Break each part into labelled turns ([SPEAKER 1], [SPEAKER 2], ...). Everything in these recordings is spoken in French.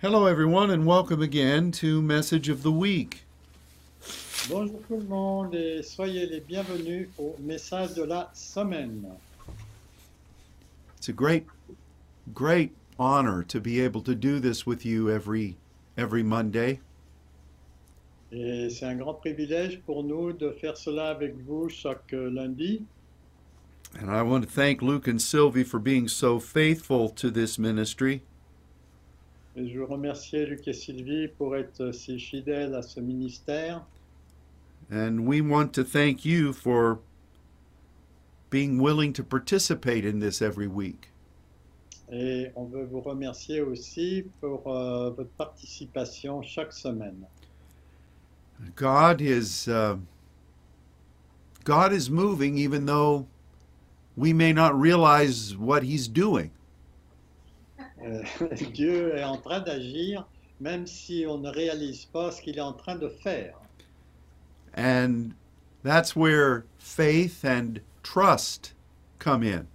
[SPEAKER 1] Hello, everyone, and welcome again to Message of the Week.
[SPEAKER 2] Bonjour tout le monde et soyez les bienvenus au message de la semaine.
[SPEAKER 1] It's a great, great honor to be able to do this with you every every Monday.
[SPEAKER 2] Et c'est un grand privilège pour nous de faire cela avec vous chaque lundi.
[SPEAKER 1] And I want to thank Luke and Sylvie for being so faithful to this ministry.
[SPEAKER 2] Et je veux remercier Luc et Sylvie pour être si fidèles à ce ministère.
[SPEAKER 1] And we want to thank you for being willing to participate in this every week.
[SPEAKER 2] Et on veut vous remercier aussi pour euh, votre participation chaque semaine.
[SPEAKER 1] God is uh, God is moving, even though we may not realize what He's doing.
[SPEAKER 2] Euh, Dieu est en train d'agir même si on ne réalise pas ce qu'il est en train de faire.
[SPEAKER 1] And that's where faith and trust come in.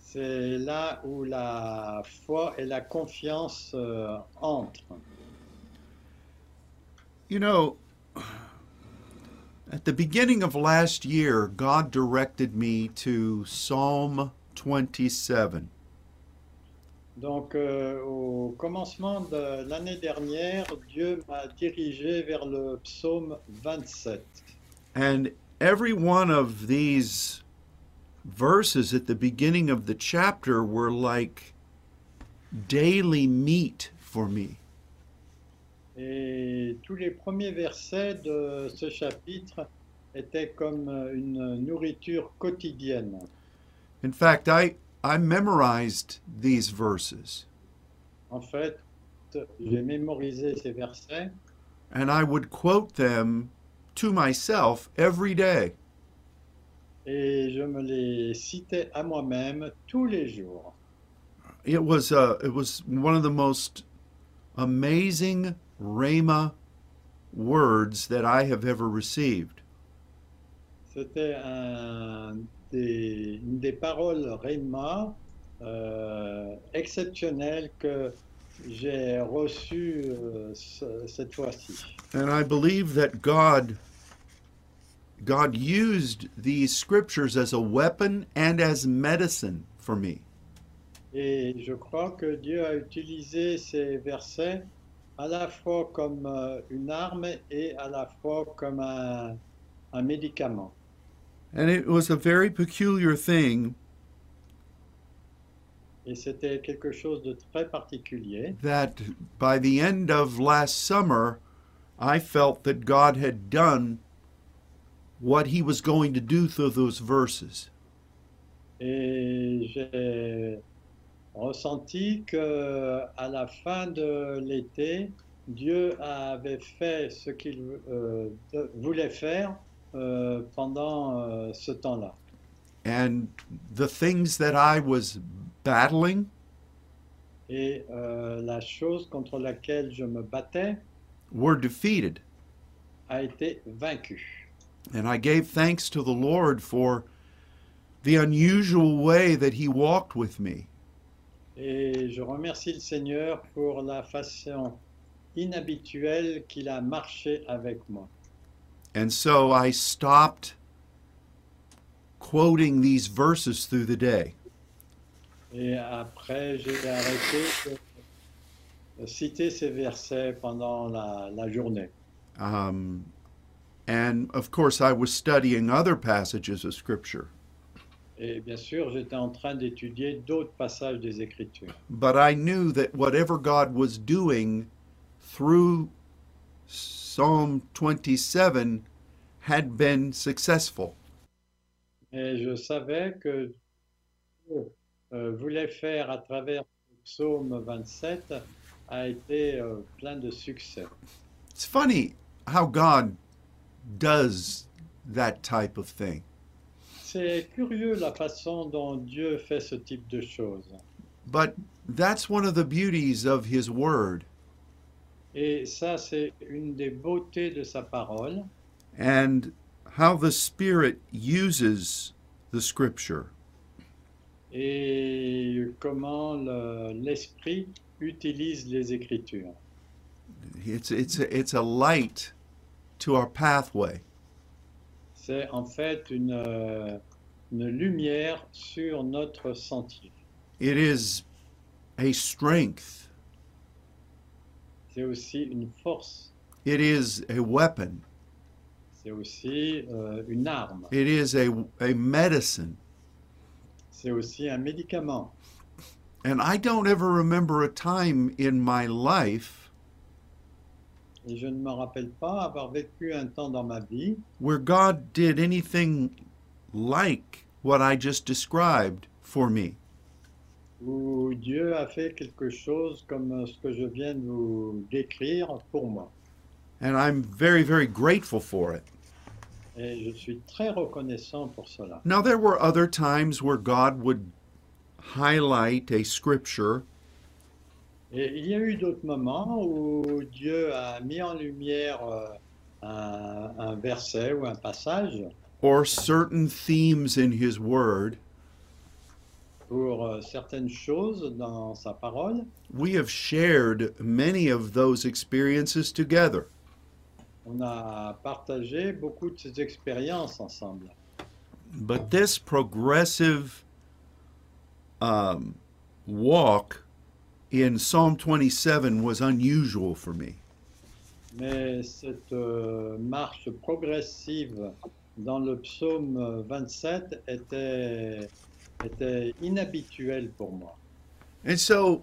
[SPEAKER 2] C'est là où la foi et la confiance euh, entrent.
[SPEAKER 1] You know, at the beginning of last year, God directed me to Psalm 27.
[SPEAKER 2] Donc, euh, au commencement de l'année dernière, Dieu m'a dirigé vers le psaume 27.
[SPEAKER 1] And every one of these verses at the beginning of the chapter were like daily meat for me.
[SPEAKER 2] Et tous les premiers versets de ce chapitre étaient comme une nourriture quotidienne.
[SPEAKER 1] In fact, I, I memorized these verses
[SPEAKER 2] En fait, j'ai mémorisé ces versets
[SPEAKER 1] and I would quote them to myself every day.
[SPEAKER 2] et je me les citais à moi-même tous les jours.
[SPEAKER 1] It was uh, it was one of the most amazing Rhema words that I have ever received.
[SPEAKER 2] C'était un des- une des paroles Réma euh, exceptionnelles que j'ai reçues euh, ce- cette fois-ci.
[SPEAKER 1] And I believe that God God used these scriptures as a weapon and as medicine for me.
[SPEAKER 2] Et je crois que Dieu a utilisé ces versets à la fois comme euh, une arme et à la fois comme un, un médicament.
[SPEAKER 1] And it was a very peculiar thing
[SPEAKER 2] Et c'était quelque chose de très particulier.
[SPEAKER 1] that by the end of last summer, I felt that God had done what he was going to do through those verses.
[SPEAKER 2] Et j'ai ressenti que à la fin de l'été, Dieu avait fait ce qu'il euh, de- voulait faire euh, pendant euh, ce temps-là.
[SPEAKER 1] And the things that I was battling
[SPEAKER 2] Et euh, la chose contre laquelle je me battais
[SPEAKER 1] were defeated.
[SPEAKER 2] a été vaincue.
[SPEAKER 1] And I gave thanks to the Lord for the unusual way that he walked with me.
[SPEAKER 2] Et je remercie le Seigneur pour la façon inhabituelle qu'il a marché avec moi.
[SPEAKER 1] And so I stopped quoting these verses through the day.
[SPEAKER 2] Et après, j'ai arrêté de citer ces versets pendant la, la journée.
[SPEAKER 1] Um, and of course, I was studying other passages of Scripture,
[SPEAKER 2] Et bien sûr, j'étais en train d'étudier d'autres passages des Écritures.
[SPEAKER 1] but I knew that whatever God was doing through Psalm 27 had been successful.
[SPEAKER 2] Et je savais que Dieu euh, voulait faire à travers le psaume 27 a été euh, plein de succès.
[SPEAKER 1] It's funny how God does that type of thing.
[SPEAKER 2] C'est curieux la façon dont Dieu fait ce type de choses.
[SPEAKER 1] But that's one of the beauties of His Word.
[SPEAKER 2] Et ça, c'est une des beautés de sa parole.
[SPEAKER 1] and how the Spirit uses the Scripture.
[SPEAKER 2] et comment le- l'esprit utilise les Écritures.
[SPEAKER 1] It's, it's, a, it's a light to our pathway.
[SPEAKER 2] C'est en fait une, euh, une lumière sur notre sentier.
[SPEAKER 1] It is a strength.
[SPEAKER 2] C'est aussi une force.
[SPEAKER 1] It is a weapon.
[SPEAKER 2] C'est aussi euh, une arme.
[SPEAKER 1] It is a, a medicine.
[SPEAKER 2] C'est aussi un médicament.
[SPEAKER 1] And I don't ever remember a time in my life
[SPEAKER 2] Et je ne me rappelle pas avoir vécu un temps dans ma vie
[SPEAKER 1] where God did anything like what I just described for me.
[SPEAKER 2] où Dieu a fait quelque chose comme ce que je viens de vous décrire pour moi.
[SPEAKER 1] And I'm very, very grateful for it.
[SPEAKER 2] Et je suis très reconnaissant pour cela.
[SPEAKER 1] Now, there were other times where God would highlight a scripture
[SPEAKER 2] Et il y a eu d'autres moments où Dieu a mis en lumière euh, un, un verset ou un passage
[SPEAKER 1] or certain themes in His Word.
[SPEAKER 2] pour euh, certaines choses dans sa parole.
[SPEAKER 1] We have shared many of those experiences together.
[SPEAKER 2] On a partagé beaucoup de ces expériences ensemble.
[SPEAKER 1] But this progressive um, walk in Psalm 27 was unusual for me.
[SPEAKER 2] Mais cette euh, marche progressive dans le psaume 27 était, était inhabituelle pour moi.
[SPEAKER 1] And so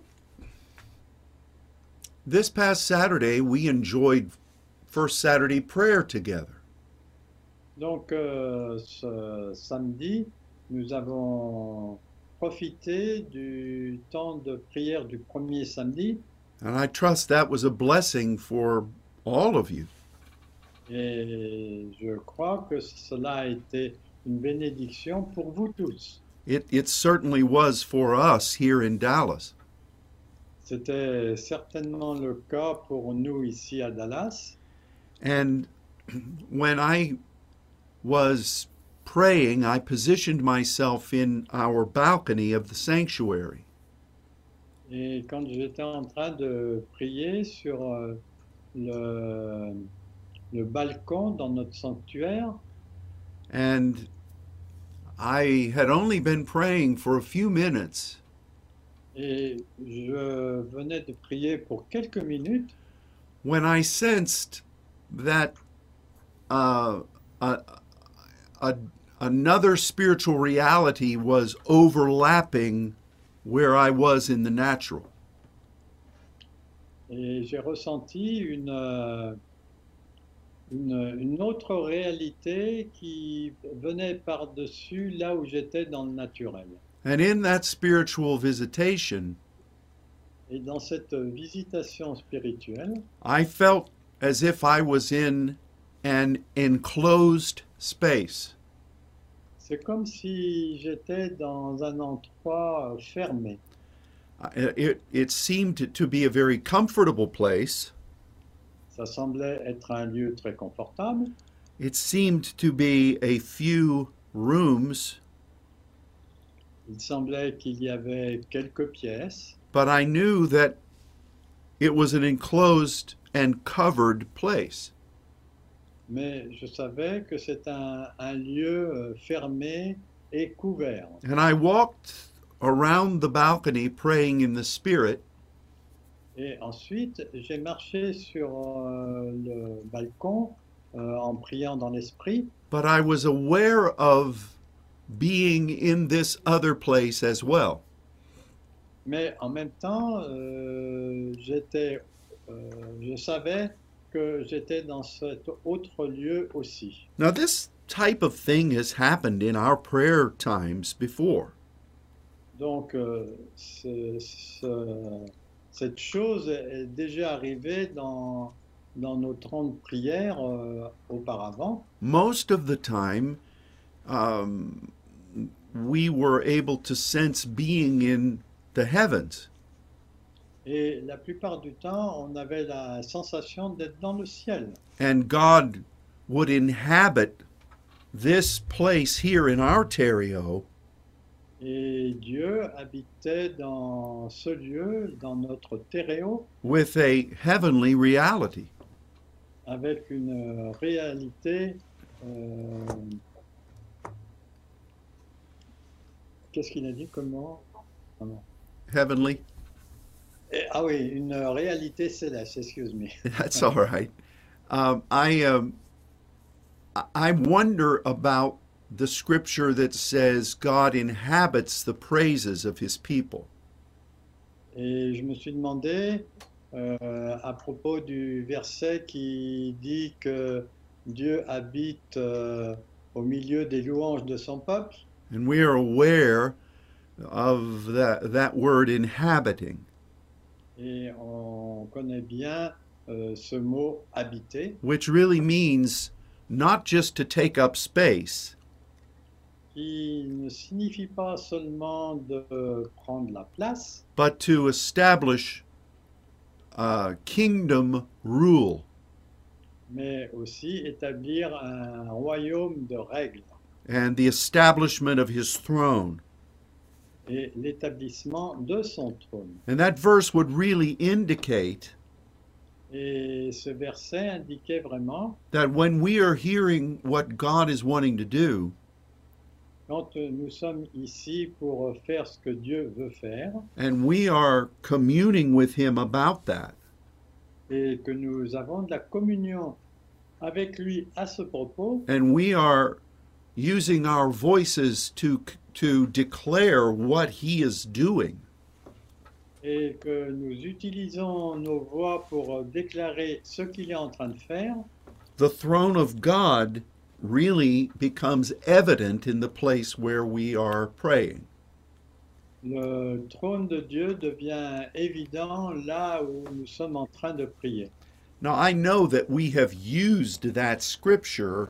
[SPEAKER 1] this past Saturday, we enjoyed First Saturday prayer together.
[SPEAKER 2] Donc euh, ce samedi, nous avons profité du temps de prière du premier samedi
[SPEAKER 1] And I trust that was a blessing for all of you.
[SPEAKER 2] et je crois que cela a été une bénédiction pour vous tous.
[SPEAKER 1] It, it certainly was for us here in Dallas.
[SPEAKER 2] C'était certainement le cas pour nous ici à Dallas.
[SPEAKER 1] And when I was praying, I positioned myself in our balcony of the sanctuary.
[SPEAKER 2] Et quand j'étais en train de prier sur euh, le, le balcon dans notre sanctuaire,
[SPEAKER 1] And I had only been praying for a few minutes
[SPEAKER 2] et je venais de prier pour quelques minutes,
[SPEAKER 1] when I sensed that uh, a, a, another spiritual reality was overlapping where I was in the natural.
[SPEAKER 2] et j'ai ressenti une, euh, une, une autre réalité qui venait par-dessus là où j'étais dans le naturel.
[SPEAKER 1] And in that spiritual visitation,
[SPEAKER 2] Et dans cette visitation spirituelle,
[SPEAKER 1] I felt as if I was in an enclosed space.
[SPEAKER 2] c'est comme si j'étais dans un endroit euh, fermé.
[SPEAKER 1] I- It, it seemed to, to be a very comfortable place.
[SPEAKER 2] Ça semblait être un lieu très confortable.
[SPEAKER 1] It seemed to be a few rooms,
[SPEAKER 2] Il semblait qu'il y avait quelques pièces,
[SPEAKER 1] but I knew that it was an enclosed and covered place.
[SPEAKER 2] mais je savais que c'est un, un lieu euh, fermé et couvert.
[SPEAKER 1] And I walked around the balcony praying in the Spirit,
[SPEAKER 2] Et ensuite, j'ai marché sur euh, le balcon euh, en priant dans l'esprit,
[SPEAKER 1] but I was aware of being in this other place as well.
[SPEAKER 2] mais en même temps, euh, j'étais, euh, je savais que j'étais dans cet autre lieu aussi.
[SPEAKER 1] Now, this type of thing has happened in our prayer times before.
[SPEAKER 2] Donc, euh, ce- ce- cette chose est déjà arrivée dans, dans nos 30 prières euh, auparavant.
[SPEAKER 1] Most of the time, um, we were able to sense being in the heavens.
[SPEAKER 2] Et la plupart du temps, on avait la sensation d'être dans le ciel.
[SPEAKER 1] And God would inhabit this place here in our terrio
[SPEAKER 2] Et Dieu habitait dans ce lieu, dans notre terreau,
[SPEAKER 1] with a heavenly reality.
[SPEAKER 2] avec une réalité. euh, Qu'est-ce qu'il a dit Comment Comment
[SPEAKER 1] Heavenly?
[SPEAKER 2] Eh, Ah oui, une réalité céleste, excuse me.
[SPEAKER 1] That's all right. Um, I um, I- I wonder about the scripture that says God inhabits the praises of His people.
[SPEAKER 2] Et je me suis demandé euh, à propos du verset qui dit que Dieu habite euh, au milieu des louanges de son peuple.
[SPEAKER 1] And we are aware of that, that word inhabiting,
[SPEAKER 2] Et on connaît bien euh, ce mot habiter,
[SPEAKER 1] which really means not just to take up space,
[SPEAKER 2] qui ne signifie pas seulement de euh, prendre la place,
[SPEAKER 1] but to establish uh, kingdom rule.
[SPEAKER 2] mais aussi établir un royaume de règles
[SPEAKER 1] and the establishment of his throne.
[SPEAKER 2] et l'établissement de son trône.
[SPEAKER 1] And that verse would really indicate
[SPEAKER 2] Et ce verset indiquait vraiment,
[SPEAKER 1] that when we are hearing what God is wanting to do,
[SPEAKER 2] quand euh, nous sommes ici pour euh, faire ce que Dieu veut faire,
[SPEAKER 1] and we are communing with him about that,
[SPEAKER 2] et que nous avons de la communion avec lui à ce propos,
[SPEAKER 1] and we are using our voices to to declare what he is doing,
[SPEAKER 2] et que nous utilisons nos voix pour euh, déclarer ce qu'il est en train de faire,
[SPEAKER 1] the throne of God really becomes evident in the place where we are praying.
[SPEAKER 2] le trône de Dieu devient évident là où nous sommes en train de prier.
[SPEAKER 1] Now I know that we have used that scripture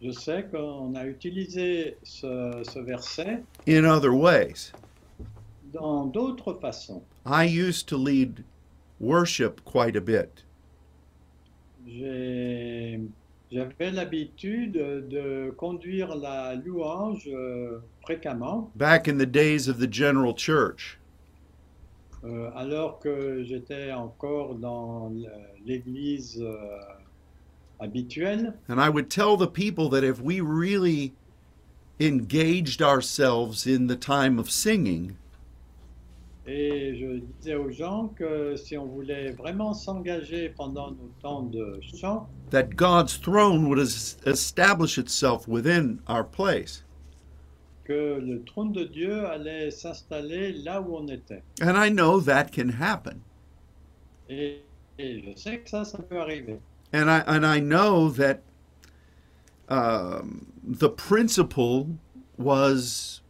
[SPEAKER 2] Je sais qu'on a utilisé ce, ce verset
[SPEAKER 1] in other ways.
[SPEAKER 2] dans d'autres façons.
[SPEAKER 1] I used to lead worship quite a bit.
[SPEAKER 2] J'ai- J'avais l'habitude de conduire la louange euh, fréquemment,
[SPEAKER 1] Back in the days of the general church,
[SPEAKER 2] euh, alors que j'étais encore dans l'église euh, habituelle.
[SPEAKER 1] and I would tell the people that if we really engaged ourselves in the time of singing,
[SPEAKER 2] Et je disais aux gens que si on voulait vraiment s'engager pendant nos temps de chant,
[SPEAKER 1] that God's throne would es- establish itself within our place.
[SPEAKER 2] que le trône de Dieu allait s'installer là où on était.
[SPEAKER 1] And I know that can happen.
[SPEAKER 2] Et, et je sais que ça, ça peut arriver.
[SPEAKER 1] And I and I know that um, the principle was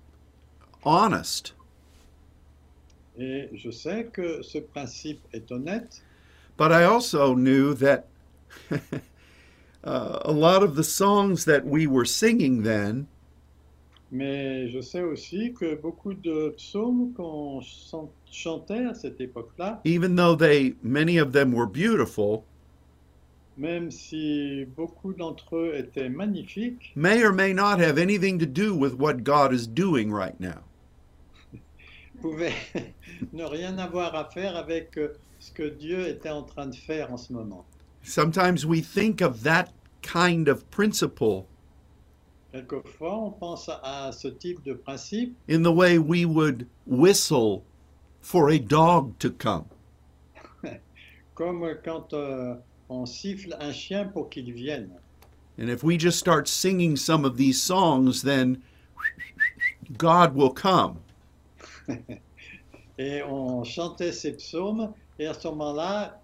[SPEAKER 1] honest.
[SPEAKER 2] Et je sais que ce principe est honnête,
[SPEAKER 1] But I also knew that uh, a lot of the songs that we were singing then
[SPEAKER 2] mais je sais aussi que beaucoup de psaumes qu'on chan- chantait à cette époque-là,
[SPEAKER 1] even though they many of them were beautiful
[SPEAKER 2] même si beaucoup d'entre eux étaient magnifiques,
[SPEAKER 1] may or may not have anything to do with what God is doing right now
[SPEAKER 2] pouvaient ne rien avoir à faire avec euh, ce que Dieu était en train de faire en ce moment.
[SPEAKER 1] sometimes we think of that kind of principle
[SPEAKER 2] Quelquefois, on pense à ce type de principe
[SPEAKER 1] in the way we would whistle for a dog to come
[SPEAKER 2] comme quand euh, on siffle un chien pour qu'il vienne.
[SPEAKER 1] and if we just start singing some of these songs then God will come
[SPEAKER 2] Et on chantait ces psaumes, et à ce moment-là,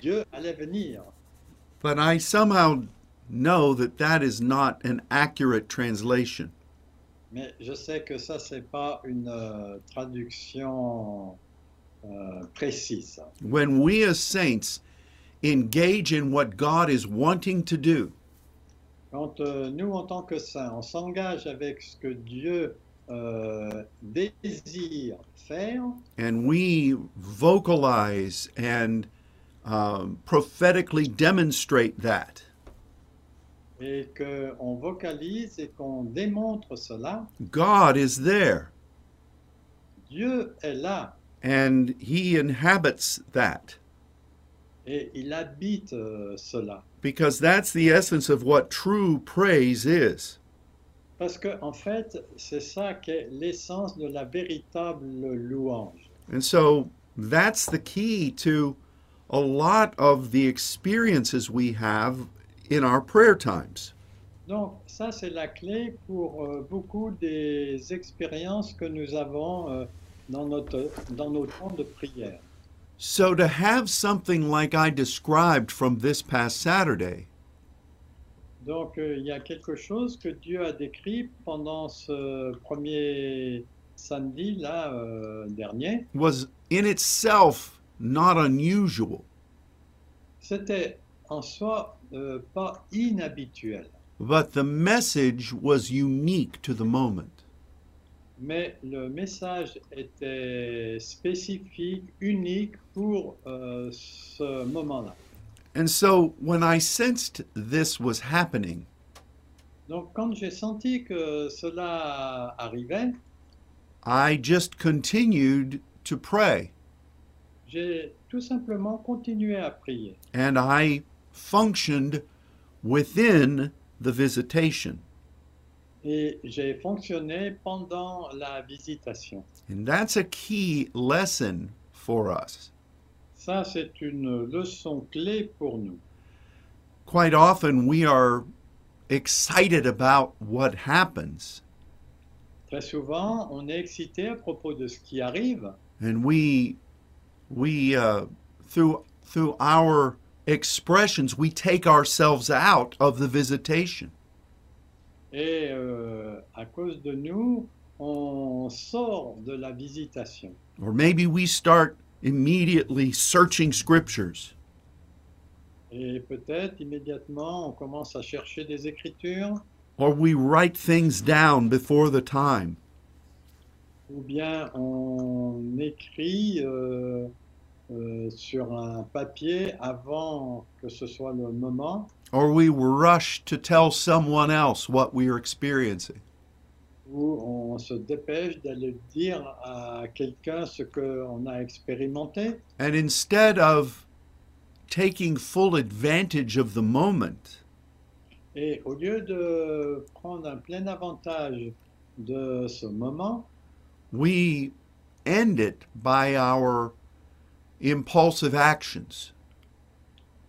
[SPEAKER 2] Dieu allait venir.
[SPEAKER 1] But I somehow know that that is not an accurate translation.
[SPEAKER 2] Mais je sais que ça, c'est pas une euh, traduction euh, précise.
[SPEAKER 1] When we as saints engage in what God is wanting to do,
[SPEAKER 2] Quand euh, nous, en tant que saints, on s'engage avec ce que Dieu euh, désire faire,
[SPEAKER 1] and we vocalize and um, prophetically demonstrate that,
[SPEAKER 2] et qu'on vocalise et qu'on démontre cela,
[SPEAKER 1] God is there
[SPEAKER 2] Dieu est là
[SPEAKER 1] and he inhabits that
[SPEAKER 2] et il habite euh, cela.
[SPEAKER 1] because that's the essence of what true praise is.
[SPEAKER 2] Parce que en fait, c'est ça qui est l'essence de la véritable louange.
[SPEAKER 1] And so that's the key to a lot of the experiences we have in our prayer times.
[SPEAKER 2] Donc ça, c'est la clé pour euh, beaucoup des expériences que nous avons euh, dans, notre, dans nos temps de prière.
[SPEAKER 1] So to have something like I described from this past Saturday,
[SPEAKER 2] Donc euh, il y a quelque chose que Dieu a décrit pendant ce premier samedi, là, euh, dernier.
[SPEAKER 1] was in itself not unusual,
[SPEAKER 2] C'était en soi euh, pas inhabituel,
[SPEAKER 1] but the message was unique to the moment.
[SPEAKER 2] mais le message était spécifique, unique pour euh, ce moment-là.
[SPEAKER 1] And so when I sensed this was happening,
[SPEAKER 2] Donc quand j'ai senti que cela arrivait,
[SPEAKER 1] I just continued to pray.
[SPEAKER 2] j'ai tout simplement continué à prier
[SPEAKER 1] and I functioned within the visitation.
[SPEAKER 2] et j'ai fonctionné pendant la visitation.
[SPEAKER 1] And that's a key lesson for us.
[SPEAKER 2] Ça, c'est une leçon clé pour nous.
[SPEAKER 1] Quite often we are excited about what happens
[SPEAKER 2] Très souvent, on est excité à propos de ce qui arrive
[SPEAKER 1] and we we uh, through through our expressions we take ourselves out of the visitation.
[SPEAKER 2] et euh, à cause de nous, on sort de la visitation.
[SPEAKER 1] Or maybe we start immediately searching scriptures
[SPEAKER 2] Et peut-être immédiatement, on commence à chercher des écritures
[SPEAKER 1] or we write things down before the time.
[SPEAKER 2] ou bien on écrit euh, euh, sur un papier avant que ce soit le moment,
[SPEAKER 1] or we were rushed to tell someone else what we are experiencing.
[SPEAKER 2] où on se dépêche d'aller dire à quelqu'un ce qu'on a expérimenté.
[SPEAKER 1] And instead of taking full advantage of the moment,
[SPEAKER 2] Et au lieu de prendre un plein avantage de ce moment,
[SPEAKER 1] we end it by our impulsive actions.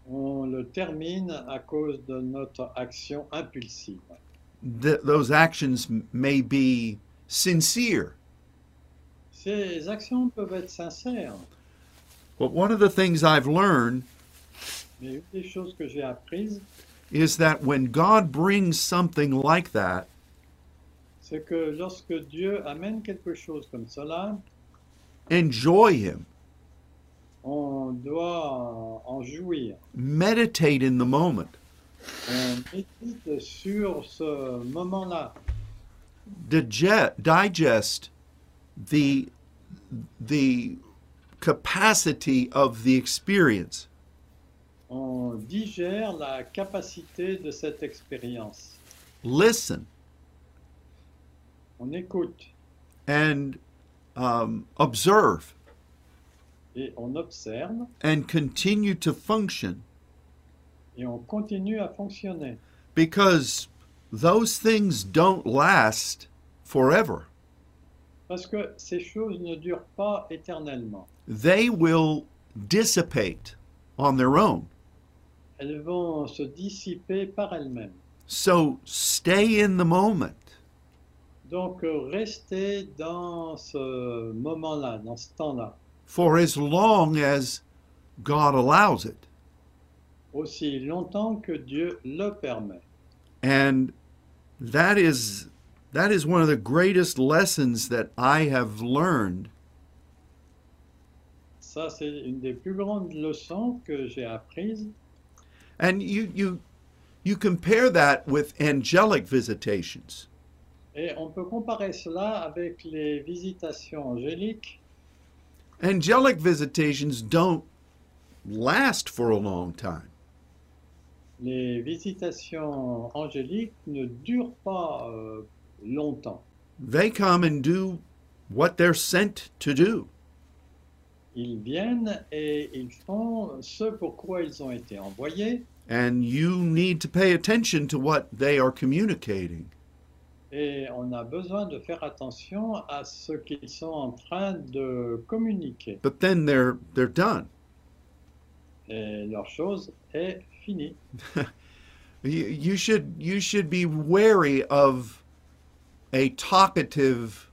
[SPEAKER 2] on le termine à cause de notre action impulsive.
[SPEAKER 1] Th- those actions m- may be sincere.
[SPEAKER 2] Ces actions peuvent être sincères,
[SPEAKER 1] But one of the things I've learned
[SPEAKER 2] mais une des choses que j'ai apprises,
[SPEAKER 1] is that when God brings something like that,
[SPEAKER 2] c'est que lorsque Dieu amène quelque chose comme cela,
[SPEAKER 1] enjoy Him,
[SPEAKER 2] on doit en jouir.
[SPEAKER 1] meditate in the moment.
[SPEAKER 2] On médite sur ce moment-là.
[SPEAKER 1] digest, digest the the capacity of the experience
[SPEAKER 2] On digère la capacité de cette expérience.
[SPEAKER 1] listen
[SPEAKER 2] On écoute
[SPEAKER 1] and um, observe
[SPEAKER 2] et on observe
[SPEAKER 1] and continue to function
[SPEAKER 2] et on continue à fonctionner.
[SPEAKER 1] because those things don't last forever
[SPEAKER 2] Parce que ces choses ne durent pas éternellement.
[SPEAKER 1] they will dissipate on their own
[SPEAKER 2] Elles vont se dissiper par elles-mêmes.
[SPEAKER 1] so stay in the moment
[SPEAKER 2] Donc euh, restez dans ce moment-là, dans ce temps-là,
[SPEAKER 1] for as long as god allows it
[SPEAKER 2] aussi longtemps que Dieu le permet.
[SPEAKER 1] and that is that is one of the greatest lessons that i have learned
[SPEAKER 2] Ça, c'est une des plus grandes leçons que j'ai apprises.
[SPEAKER 1] and you you you compare that with angelic visitations
[SPEAKER 2] Et on peut comparer cela avec les visitations angéliques.
[SPEAKER 1] angelic visitations don't last for a long time
[SPEAKER 2] les visitations angéliques ne durent pas euh, longtemps.
[SPEAKER 1] They come and do what they're sent to do.
[SPEAKER 2] Ils viennent et ils font ce pourquoi ils ont été envoyés
[SPEAKER 1] And you need to pay attention to what they are communicating.
[SPEAKER 2] et on a besoin de faire attention à ce qu'ils sont en train de communiquer.
[SPEAKER 1] But then they're they're done.
[SPEAKER 2] Et leur chose est finie.
[SPEAKER 1] You, you should you should be wary of a talkative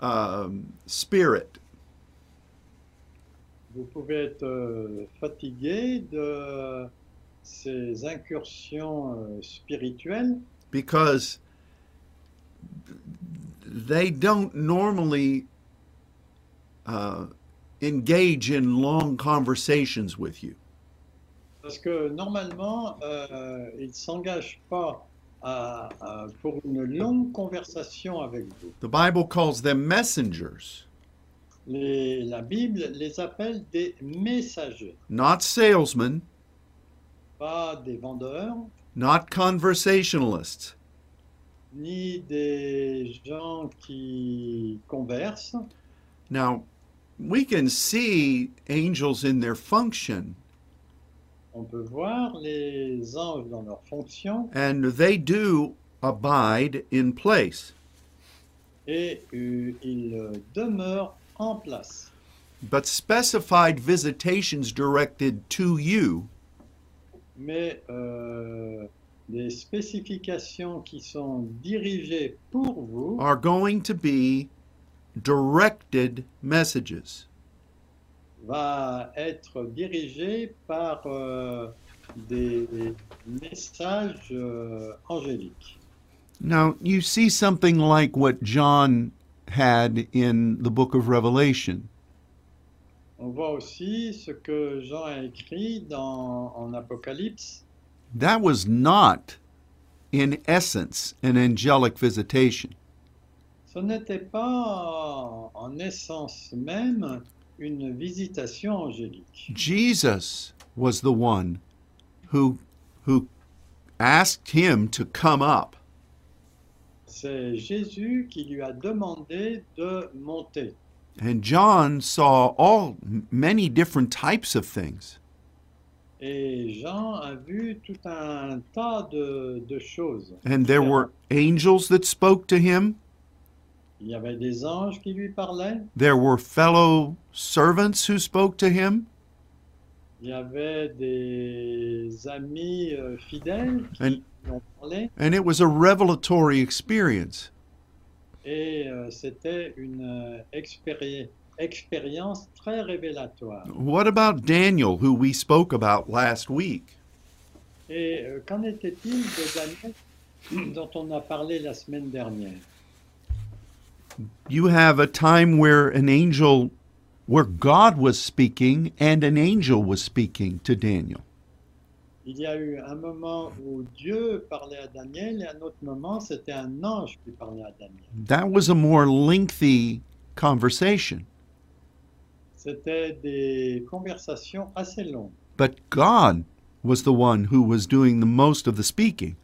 [SPEAKER 1] um, spirit.
[SPEAKER 2] Vous pouvez être euh, fatigué de ces incursions euh, spirituelles
[SPEAKER 1] because they don't normally uh, engage in long conversations with you.
[SPEAKER 2] parce que normalement, euh, ils ne s'engagent pas à- à- pour une longue conversation avec vous.
[SPEAKER 1] The Bible calls them messengers,
[SPEAKER 2] Les- la Bible les appelle des messagers,
[SPEAKER 1] not salesmen,
[SPEAKER 2] pas des vendeurs,
[SPEAKER 1] not conversationalists,
[SPEAKER 2] ni des gens qui conversent.
[SPEAKER 1] Now, we can see angels in their function,
[SPEAKER 2] On peut voir les anges dans leur fonction
[SPEAKER 1] and they do abide in place.
[SPEAKER 2] et euh, ils euh, demeurent en place.
[SPEAKER 1] But specified visitations directed to you
[SPEAKER 2] Mais euh, les spécifications qui sont dirigées pour vous
[SPEAKER 1] are going to be directed messages.
[SPEAKER 2] va être dirigées par euh, des messages euh, angéliques.
[SPEAKER 1] Now, you see something like what John had in the book of Revelation.
[SPEAKER 2] On voit aussi ce que Jean a écrit dans, en Apocalypse.
[SPEAKER 1] That was not, in essence, an angelic visitation.
[SPEAKER 2] Ce n'était pas en- en essence même une visitation angélique.
[SPEAKER 1] Jesus was the one who who asked him to come up.
[SPEAKER 2] C'est Jésus qui lui a demandé de monter.
[SPEAKER 1] And John saw all many different types of things.
[SPEAKER 2] Et Jean a vu tout un tas de, de choses.
[SPEAKER 1] And there were angels that spoke to him.
[SPEAKER 2] Il y avait des anges qui lui parlaient,
[SPEAKER 1] There were fellow servants who spoke to him.
[SPEAKER 2] il y avait des amis euh, fidèles qui
[SPEAKER 1] And
[SPEAKER 2] lui ont parlé,
[SPEAKER 1] and it was a revelatory experience.
[SPEAKER 2] et euh, c'était une euh, expéri- expérience très révélatoire.
[SPEAKER 1] What about Daniel who we spoke about last week?
[SPEAKER 2] Et euh, qu'en était-il de Daniel dont on a parlé la semaine dernière
[SPEAKER 1] You have a time where an angel where God was speaking and an angel was speaking to Daniel.
[SPEAKER 2] Il y a eu un moment où Dieu parlait à Daniel et un autre moment, c'était un ange qui parlait à Daniel.
[SPEAKER 1] That was a more lengthy conversation,
[SPEAKER 2] C'était des conversations assez longues,
[SPEAKER 1] but God was the one who was doing the most of the speaking.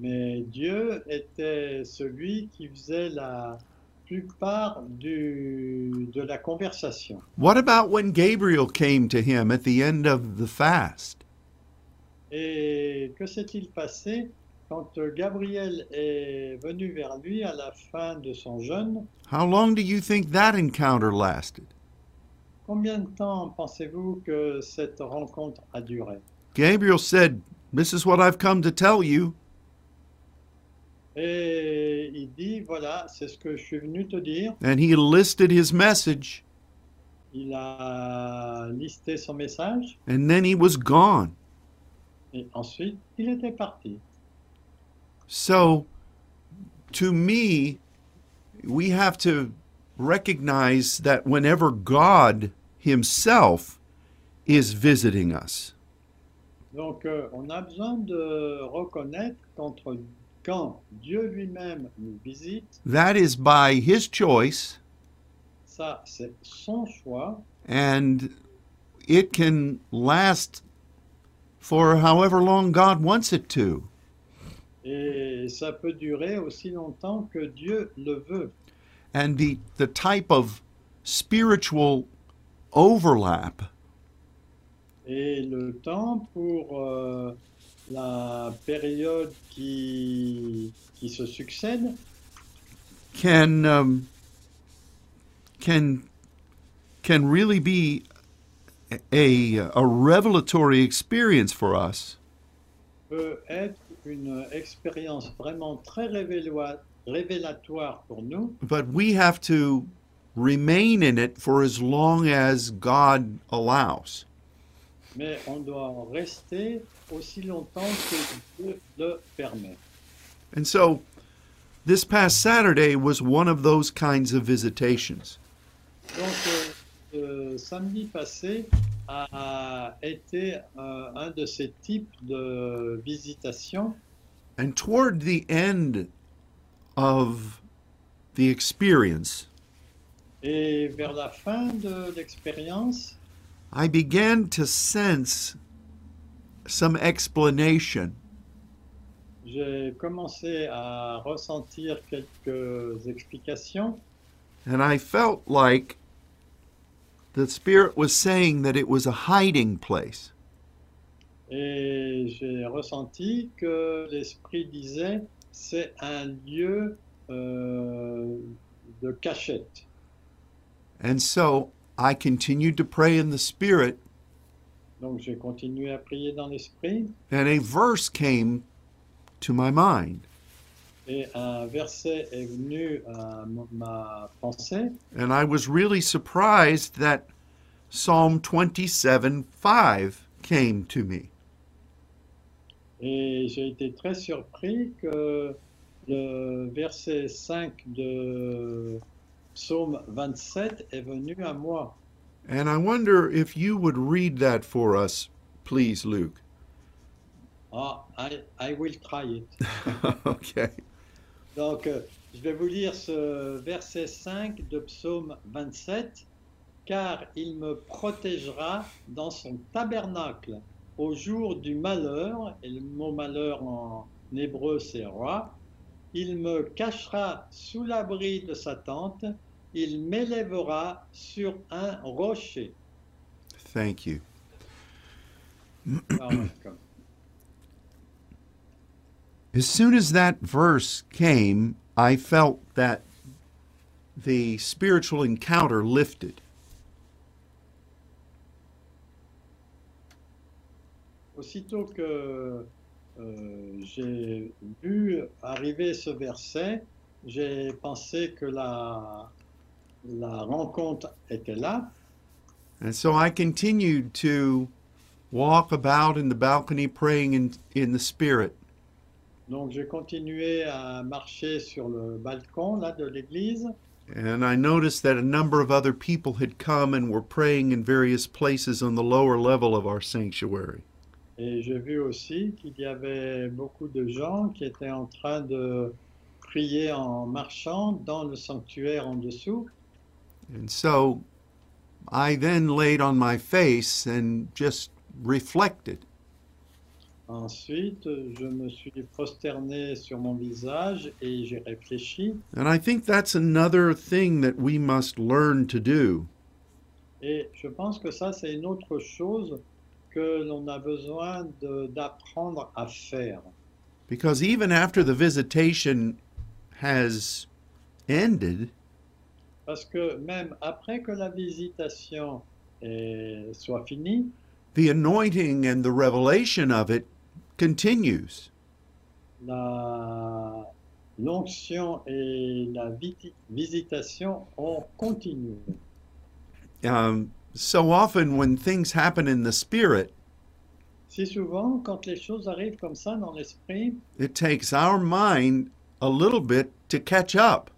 [SPEAKER 2] mais Dieu était celui qui faisait la plupart du, de la conversation.
[SPEAKER 1] What about when Gabriel came to him at the end of the fast?
[SPEAKER 2] Et que s'est-il passé quand Gabriel est venu vers lui à la fin de son jeûne
[SPEAKER 1] How long do you think that encounter lasted?
[SPEAKER 2] Combien de temps pensez-vous que cette rencontre a duré
[SPEAKER 1] Gabriel said, This is what I've come to tell you.
[SPEAKER 2] Et il dit, voilà, c'est ce que je suis venu te dire.
[SPEAKER 1] And he listed his message,
[SPEAKER 2] Il a listé son message
[SPEAKER 1] and then he was gone.
[SPEAKER 2] et ensuite il était parti.
[SPEAKER 1] So, to me, we have to recognize that whenever God Himself is visiting us,
[SPEAKER 2] Donc euh, on a besoin de reconnaître qu'entre- quand Dieu lui-même nous visite,
[SPEAKER 1] that is by His choice,
[SPEAKER 2] ça c'est son choix
[SPEAKER 1] and it can last for however long God wants it to.
[SPEAKER 2] Et ça peut durer aussi longtemps que Dieu le veut.
[SPEAKER 1] And the, the type of spiritual overlap
[SPEAKER 2] Et le temps pour euh, la période qui, qui se succède
[SPEAKER 1] can um, can can really be a a revelatory experience for us
[SPEAKER 2] peut être une expérience vraiment très révéloa- révélatoire pour nous,
[SPEAKER 1] but we have to remain in it for as long as God allows
[SPEAKER 2] mais on doit en rester aussi longtemps que Dieu le permet.
[SPEAKER 1] and so this past Saturday was one of those kinds of visitations
[SPEAKER 2] Donc, euh, euh, samedi passé a été euh, un de ces types de visitations.
[SPEAKER 1] and toward the end of the experience
[SPEAKER 2] Et vers la fin de l'expérience,
[SPEAKER 1] I began to sense some explanation
[SPEAKER 2] j'ai commencé à ressentir quelques explications
[SPEAKER 1] And I felt like the Spirit was saying that it was a hiding place.
[SPEAKER 2] et j'ai ressenti que l'esprit disait c'est un lieu euh, de cachette.
[SPEAKER 1] And so I continued to pray in the Spirit,
[SPEAKER 2] Donc j'ai continué à prier dans l'esprit
[SPEAKER 1] and a verse came to my mind.
[SPEAKER 2] et un verset est venu à mon- ma pensée
[SPEAKER 1] And I was really surprised that Psalm 27 5 came to me.
[SPEAKER 2] et j'ai été très surpris que le verset 5 de Psaume 27 est venu à moi.
[SPEAKER 1] And I wonder if you would read that for us, please, Luke.
[SPEAKER 2] Ah, I, I will try it.
[SPEAKER 1] okay.
[SPEAKER 2] Donc, euh, je vais vous lire ce verset 5 de Psaume 27. Car il me protégera dans son tabernacle au jour du malheur, et le mot malheur en hébreu c'est roi. Il me cachera sous l'abri de sa tente, il m'élèvera sur un rocher.
[SPEAKER 1] Thank you.
[SPEAKER 2] Alors, comme-
[SPEAKER 1] As soon as that verse came, I felt that the spiritual encounter lifted.
[SPEAKER 2] Aussitôt que euh, j'ai vu arriver ce verset, j'ai pensé que la, la rencontre était là
[SPEAKER 1] And so I continued to walk about in the balcony praying in, in the Spirit.
[SPEAKER 2] donc j'ai continué à marcher sur le balcon là de l'église
[SPEAKER 1] And I noticed that a number of other people had come and were praying in various places on the lower level of our sanctuary.
[SPEAKER 2] et j'ai vu aussi qu'il y avait beaucoup de gens qui étaient en train de prier en marchant dans le sanctuaire en dessous
[SPEAKER 1] And so I then laid on my face and just reflected.
[SPEAKER 2] ensuite je me suis prosterné sur mon visage et j'ai réfléchi
[SPEAKER 1] And I think that's another thing that we must learn to do.
[SPEAKER 2] Et je pense que ça, c'est une autre chose que l'on a besoin de- d'apprendre à faire.
[SPEAKER 1] Because even after the visitation has ended,
[SPEAKER 2] Parce que même après que la visitation est- soit finie,
[SPEAKER 1] the anointing and the revelation of it continues.
[SPEAKER 2] la- l'onction et la viti- visitation ont continué.
[SPEAKER 1] Um, so often, when things happen in the spirit,
[SPEAKER 2] Si souvent, quand les choses arrivent comme ça dans l'esprit,
[SPEAKER 1] it takes our mind a little bit to catch up.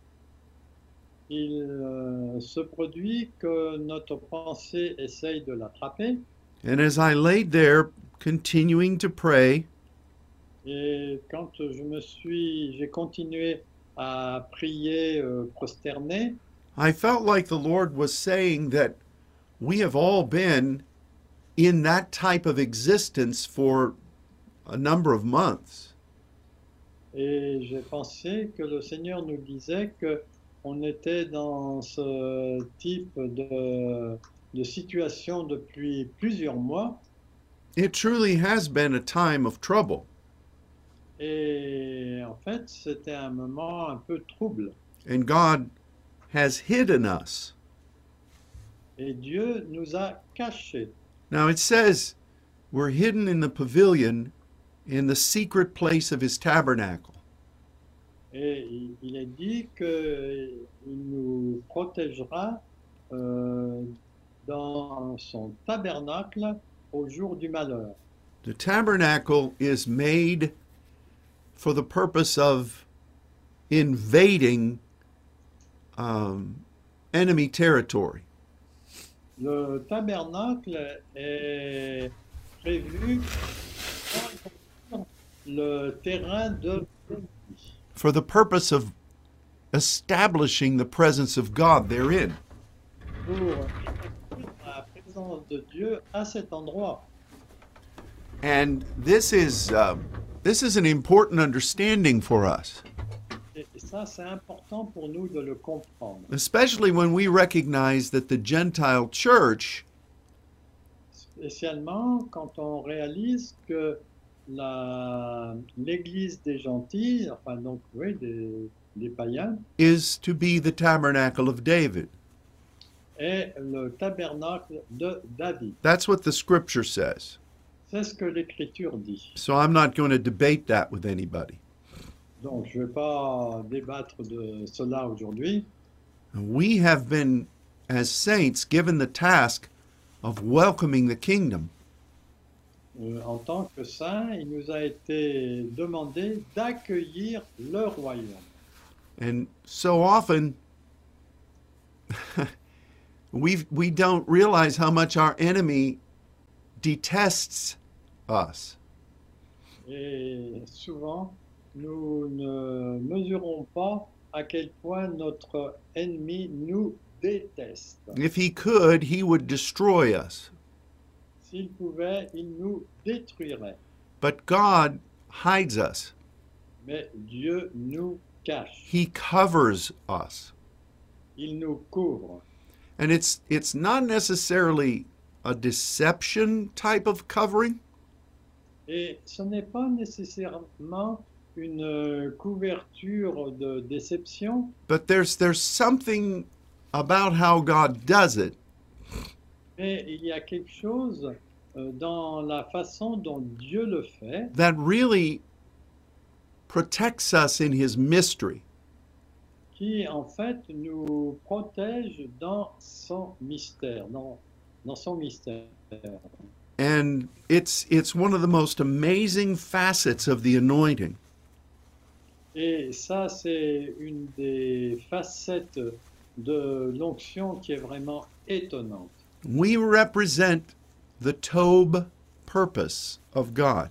[SPEAKER 2] il euh, se produit que notre pensée essaye de l'attraper.
[SPEAKER 1] And as I laid there, continuing to pray,
[SPEAKER 2] Et quand je me suis, j'ai continué à prier euh, prosterné,
[SPEAKER 1] I felt like the Lord was saying that we have all been in that type of existence for a number of months.
[SPEAKER 2] Et j'ai pensé que le Seigneur nous disait que on était dans ce type de, de situation depuis plusieurs mois
[SPEAKER 1] It truly has been a time of trouble,
[SPEAKER 2] et en fait c'était un moment un peu trouble.
[SPEAKER 1] and God has hidden us.
[SPEAKER 2] Et Dieu nous a cachés.
[SPEAKER 1] Now it says, we're hidden in the pavilion in the secret place of his tabernacle.
[SPEAKER 2] Et il- il est dit qu'il nous protégera euh, dans son tabernacle au jour du malheur.
[SPEAKER 1] The tabernacle is made for the purpose of invading um, enemy territory.
[SPEAKER 2] Le tabernacle est prévu pour le terrain de l'ennemi.
[SPEAKER 1] for the purpose of establishing the presence of God therein.
[SPEAKER 2] pour établir la présence de Dieu à cet endroit.
[SPEAKER 1] And this is um, this is an important understanding for us,
[SPEAKER 2] Et ça, c'est important pour nous de le comprendre,
[SPEAKER 1] especially when we recognize that the Gentile church
[SPEAKER 2] spécialement quand on réalise que la- l'Église des gentils, enfin donc oui, des, des païens,
[SPEAKER 1] is to be the tabernacle of David.
[SPEAKER 2] est le tabernacle de David.
[SPEAKER 1] That's what the scripture says.
[SPEAKER 2] C'est ce que l'Écriture dit.
[SPEAKER 1] So I'm not going to debate that with anybody.
[SPEAKER 2] Donc je ne vais pas débattre de cela aujourd'hui.
[SPEAKER 1] We have been, as saints, given the task of welcoming the kingdom.
[SPEAKER 2] Euh, en tant que saint, il nous a été demandé d'accueillir le royaume.
[SPEAKER 1] And so often we we don't realize how much our enemy detests us.
[SPEAKER 2] Et souvent, nous ne mesurons pas à quel point notre ennemi nous déteste.
[SPEAKER 1] If he could, he would destroy us.
[SPEAKER 2] S'il pouvait, il nous détruirait.
[SPEAKER 1] But God hides us.
[SPEAKER 2] Mais Dieu nous cache,
[SPEAKER 1] He covers us.
[SPEAKER 2] il nous couvre.
[SPEAKER 1] And it's it's not necessarily a deception type of covering,
[SPEAKER 2] Et ce n'est pas nécessairement une couverture de déception,
[SPEAKER 1] but there's there's something about how God does it
[SPEAKER 2] mais il y a quelque chose euh, dans la façon dont Dieu le fait
[SPEAKER 1] that really protects us in his mystery.
[SPEAKER 2] qui en fait nous protège dans son mystère, dans, dans son mystère.
[SPEAKER 1] And it's it's one of the most amazing facets of the anointing.
[SPEAKER 2] Et ça, c'est une des facettes de l'onction qui est vraiment étonnante.
[SPEAKER 1] We represent the Tob purpose of God.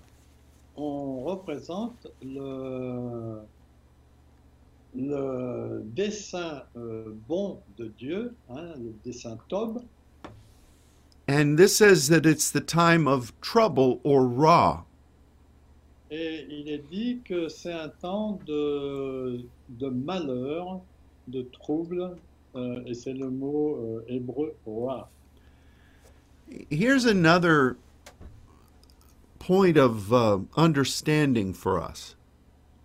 [SPEAKER 2] On représente le, le dessein euh, bon de Dieu, hein, le dessein Tob,
[SPEAKER 1] And this says that it's the time of trouble or Ra.
[SPEAKER 2] et il est dit que c'est un temps de, de malheur, de trouble, euh, et c'est le mot euh, hébreu roi.
[SPEAKER 1] Here's another point of uh, understanding for us.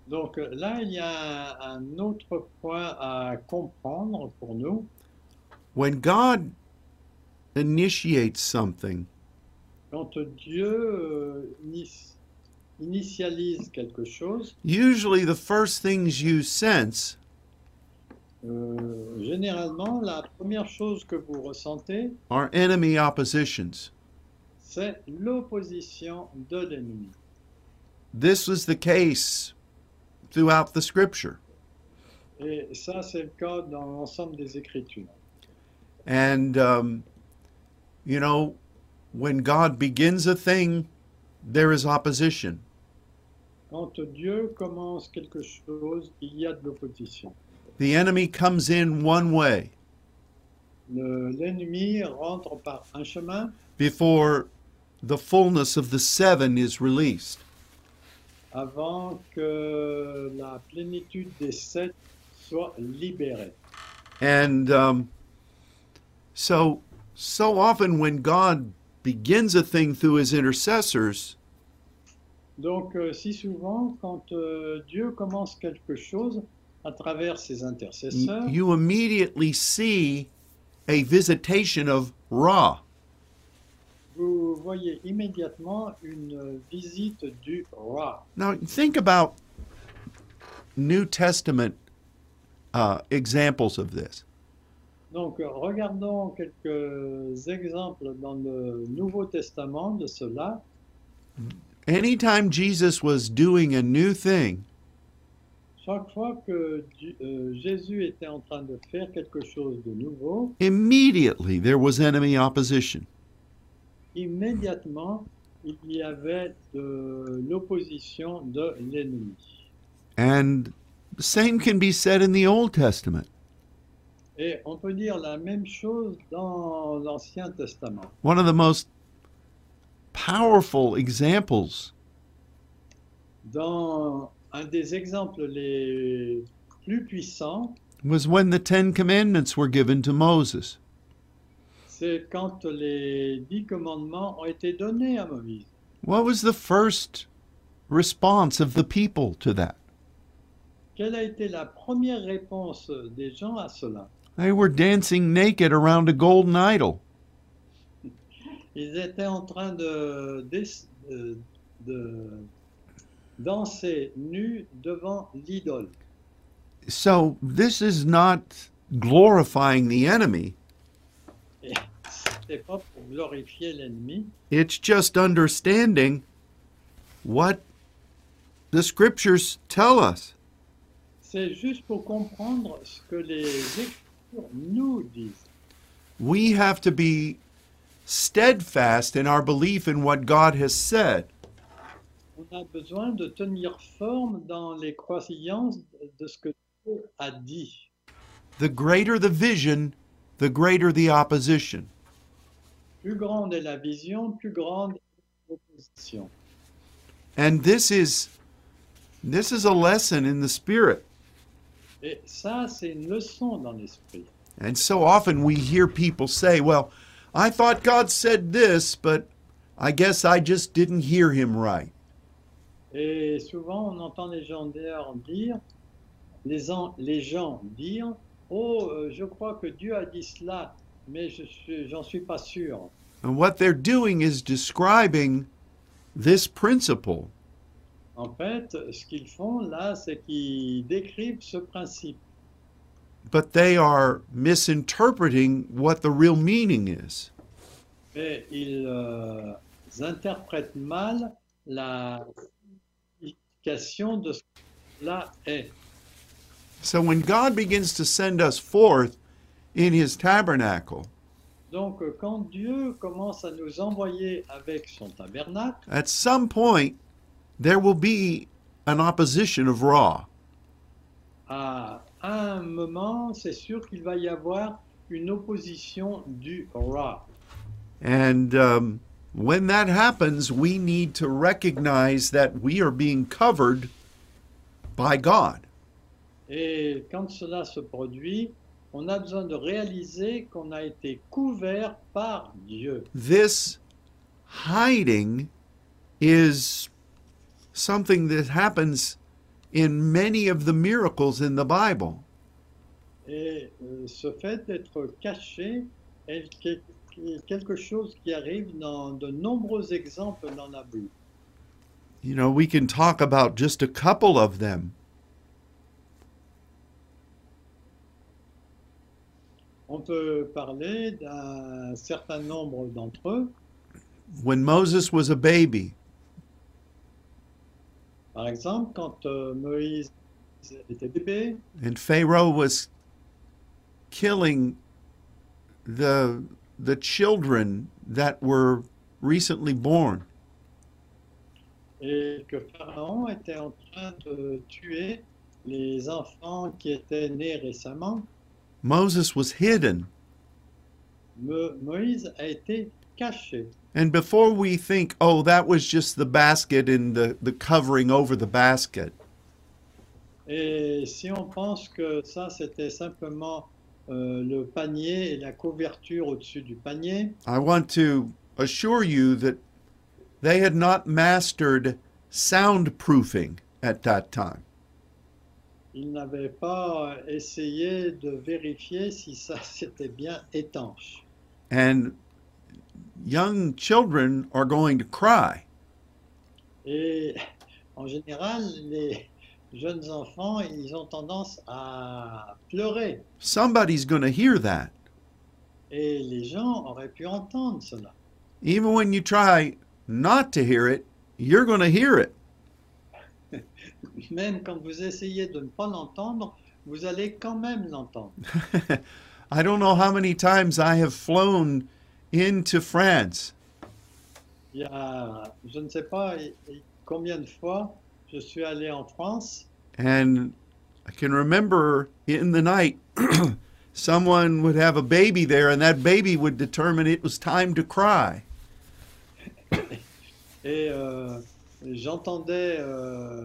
[SPEAKER 2] Donc euh, là, il y a un, un autre point à comprendre pour nous.
[SPEAKER 1] When God initiates something,
[SPEAKER 2] Quand Dieu euh, inis- initialise quelque chose,
[SPEAKER 1] usually the first things you sense
[SPEAKER 2] euh, généralement, la première chose que vous ressentez,
[SPEAKER 1] are enemy oppositions.
[SPEAKER 2] c'est l'opposition de l'ennemi.
[SPEAKER 1] This was the case throughout the scripture.
[SPEAKER 2] Et ça, c'est le cas dans l'ensemble des Écritures.
[SPEAKER 1] And, um, you know, when God begins a thing, there is opposition.
[SPEAKER 2] Quand Dieu commence quelque chose, il y a de l'opposition.
[SPEAKER 1] The enemy comes in one way
[SPEAKER 2] Le- L'ennemi rentre par un chemin
[SPEAKER 1] before the fullness of the seven is released.
[SPEAKER 2] avant que la plénitude des sept soit libérée.
[SPEAKER 1] And um, so, so often when God begins a thing through his intercessors,
[SPEAKER 2] Donc, euh, si souvent, quand euh, Dieu commence quelque chose à travers ses intercesseurs,
[SPEAKER 1] Mm, you immediately see a visitation of Ra.
[SPEAKER 2] vous voyez immédiatement une visite du roi.
[SPEAKER 1] Now, think about New Testament uh, examples of this.
[SPEAKER 2] Donc, euh, regardons quelques exemples dans le Nouveau Testament de cela.
[SPEAKER 1] Anytime Jesus was doing a new thing,
[SPEAKER 2] Chaque fois que Dieu- euh, Jésus était en train de faire quelque chose de nouveau,
[SPEAKER 1] immediately there was enemy opposition.
[SPEAKER 2] immédiatement, il y avait de l'opposition de l'ennemi.
[SPEAKER 1] And the same can be said in the Old Testament.
[SPEAKER 2] Et on peut dire la même chose dans l'Ancien Testament.
[SPEAKER 1] One of the most powerful examples
[SPEAKER 2] Dans un des exemples les plus puissants,
[SPEAKER 1] was when the Ten Commandments were given to Moses.
[SPEAKER 2] c'est quand les dix commandements ont été donnés à Moïse.
[SPEAKER 1] What was the first response of the people to that?
[SPEAKER 2] Quelle a été la première réponse des gens à cela
[SPEAKER 1] They were dancing naked around a golden idol.
[SPEAKER 2] Ils étaient en train de, d'ess- euh, de danser nus devant l'idole.
[SPEAKER 1] So this is not glorifying the enemy,
[SPEAKER 2] Et C'était pas pour glorifier l'ennemi,
[SPEAKER 1] it's just understanding what the scriptures tell us.
[SPEAKER 2] c'est juste pour comprendre ce que les Écritures nous disent.
[SPEAKER 1] We have to be steadfast in our belief in what God has said.
[SPEAKER 2] On a besoin de tenir forme dans les croyances de ce que Dieu a dit.
[SPEAKER 1] The greater the vision, the greater the opposition.
[SPEAKER 2] Plus grande est la vision, plus grande est l'opposition.
[SPEAKER 1] And this is this is a lesson in the spirit.
[SPEAKER 2] Et ça, c'est une leçon dans l'esprit.
[SPEAKER 1] And so often we hear people say, "Well, I thought God said this, but I guess I just didn't hear him right."
[SPEAKER 2] Et souvent, on entend les gens dire, dire- les, en- les gens dire, oh, euh, je crois que Dieu a dit cela, mais je suis- j'en suis pas sûr.
[SPEAKER 1] And what they're doing is describing this principle.
[SPEAKER 2] En fait, ce qu'ils font là, c'est qu'ils décrivent ce principe,
[SPEAKER 1] But they are misinterpreting what the real meaning is.
[SPEAKER 2] mais ils euh, interprètent mal la signification de ce que là est.
[SPEAKER 1] So when God begins to send us forth in his tabernacle,
[SPEAKER 2] Donc, euh, quand Dieu commence à nous envoyer avec son tabernacle,
[SPEAKER 1] at some point there will be an opposition of Ra.
[SPEAKER 2] à un moment, c'est sûr qu'il va y avoir une opposition du roi.
[SPEAKER 1] And um, when that happens, we need to recognize that we are being covered by God.
[SPEAKER 2] Et quand cela se produit, on a besoin de réaliser qu'on a été couvert par Dieu.
[SPEAKER 1] This hiding is something that happens in many of the miracles in the Bible.
[SPEAKER 2] Et euh, ce fait d'être caché est quel- quelque chose qui arrive dans de nombreux exemples dans la Bible.
[SPEAKER 1] You know, we can talk about just a couple of them.
[SPEAKER 2] On peut parler d'un certain nombre d'entre eux.
[SPEAKER 1] When Moses was a baby,
[SPEAKER 2] Par exemple, quand euh, Moïse était bébé
[SPEAKER 1] and Pharaoh was killing the the children that were recently born.
[SPEAKER 2] et que Pharaon était en train de tuer les enfants qui étaient nés récemment,
[SPEAKER 1] Moses was hidden
[SPEAKER 2] Mo- Moïse a été caché.
[SPEAKER 1] And before we think, oh, that was just the basket and the, the covering over the basket,
[SPEAKER 2] Et si on pense que ça, c'était simplement euh, le panier et la couverture au-dessus du panier,
[SPEAKER 1] I want to assure you that they had not mastered soundproofing at that time.
[SPEAKER 2] ils n'avaient pas essayé de vérifier si ça, c'était bien étanche.
[SPEAKER 1] And young children are going to cry.
[SPEAKER 2] Et en général, les jeunes enfants, ils ont tendance à pleurer.
[SPEAKER 1] Somebody's going to hear that.
[SPEAKER 2] Et les gens auraient pu entendre cela.
[SPEAKER 1] Even when you try not to hear it, you're going to hear it.
[SPEAKER 2] Même quand vous essayez de ne pas l'entendre, vous allez quand même l'entendre.
[SPEAKER 1] I don't know how many times I have flown into France
[SPEAKER 2] Il y a, je ne sais pas et- et combien de fois je suis allé en France
[SPEAKER 1] And I can remember in the night, someone would have a baby there, and that baby would determine it was time to cry.
[SPEAKER 2] et euh, j'entendais euh,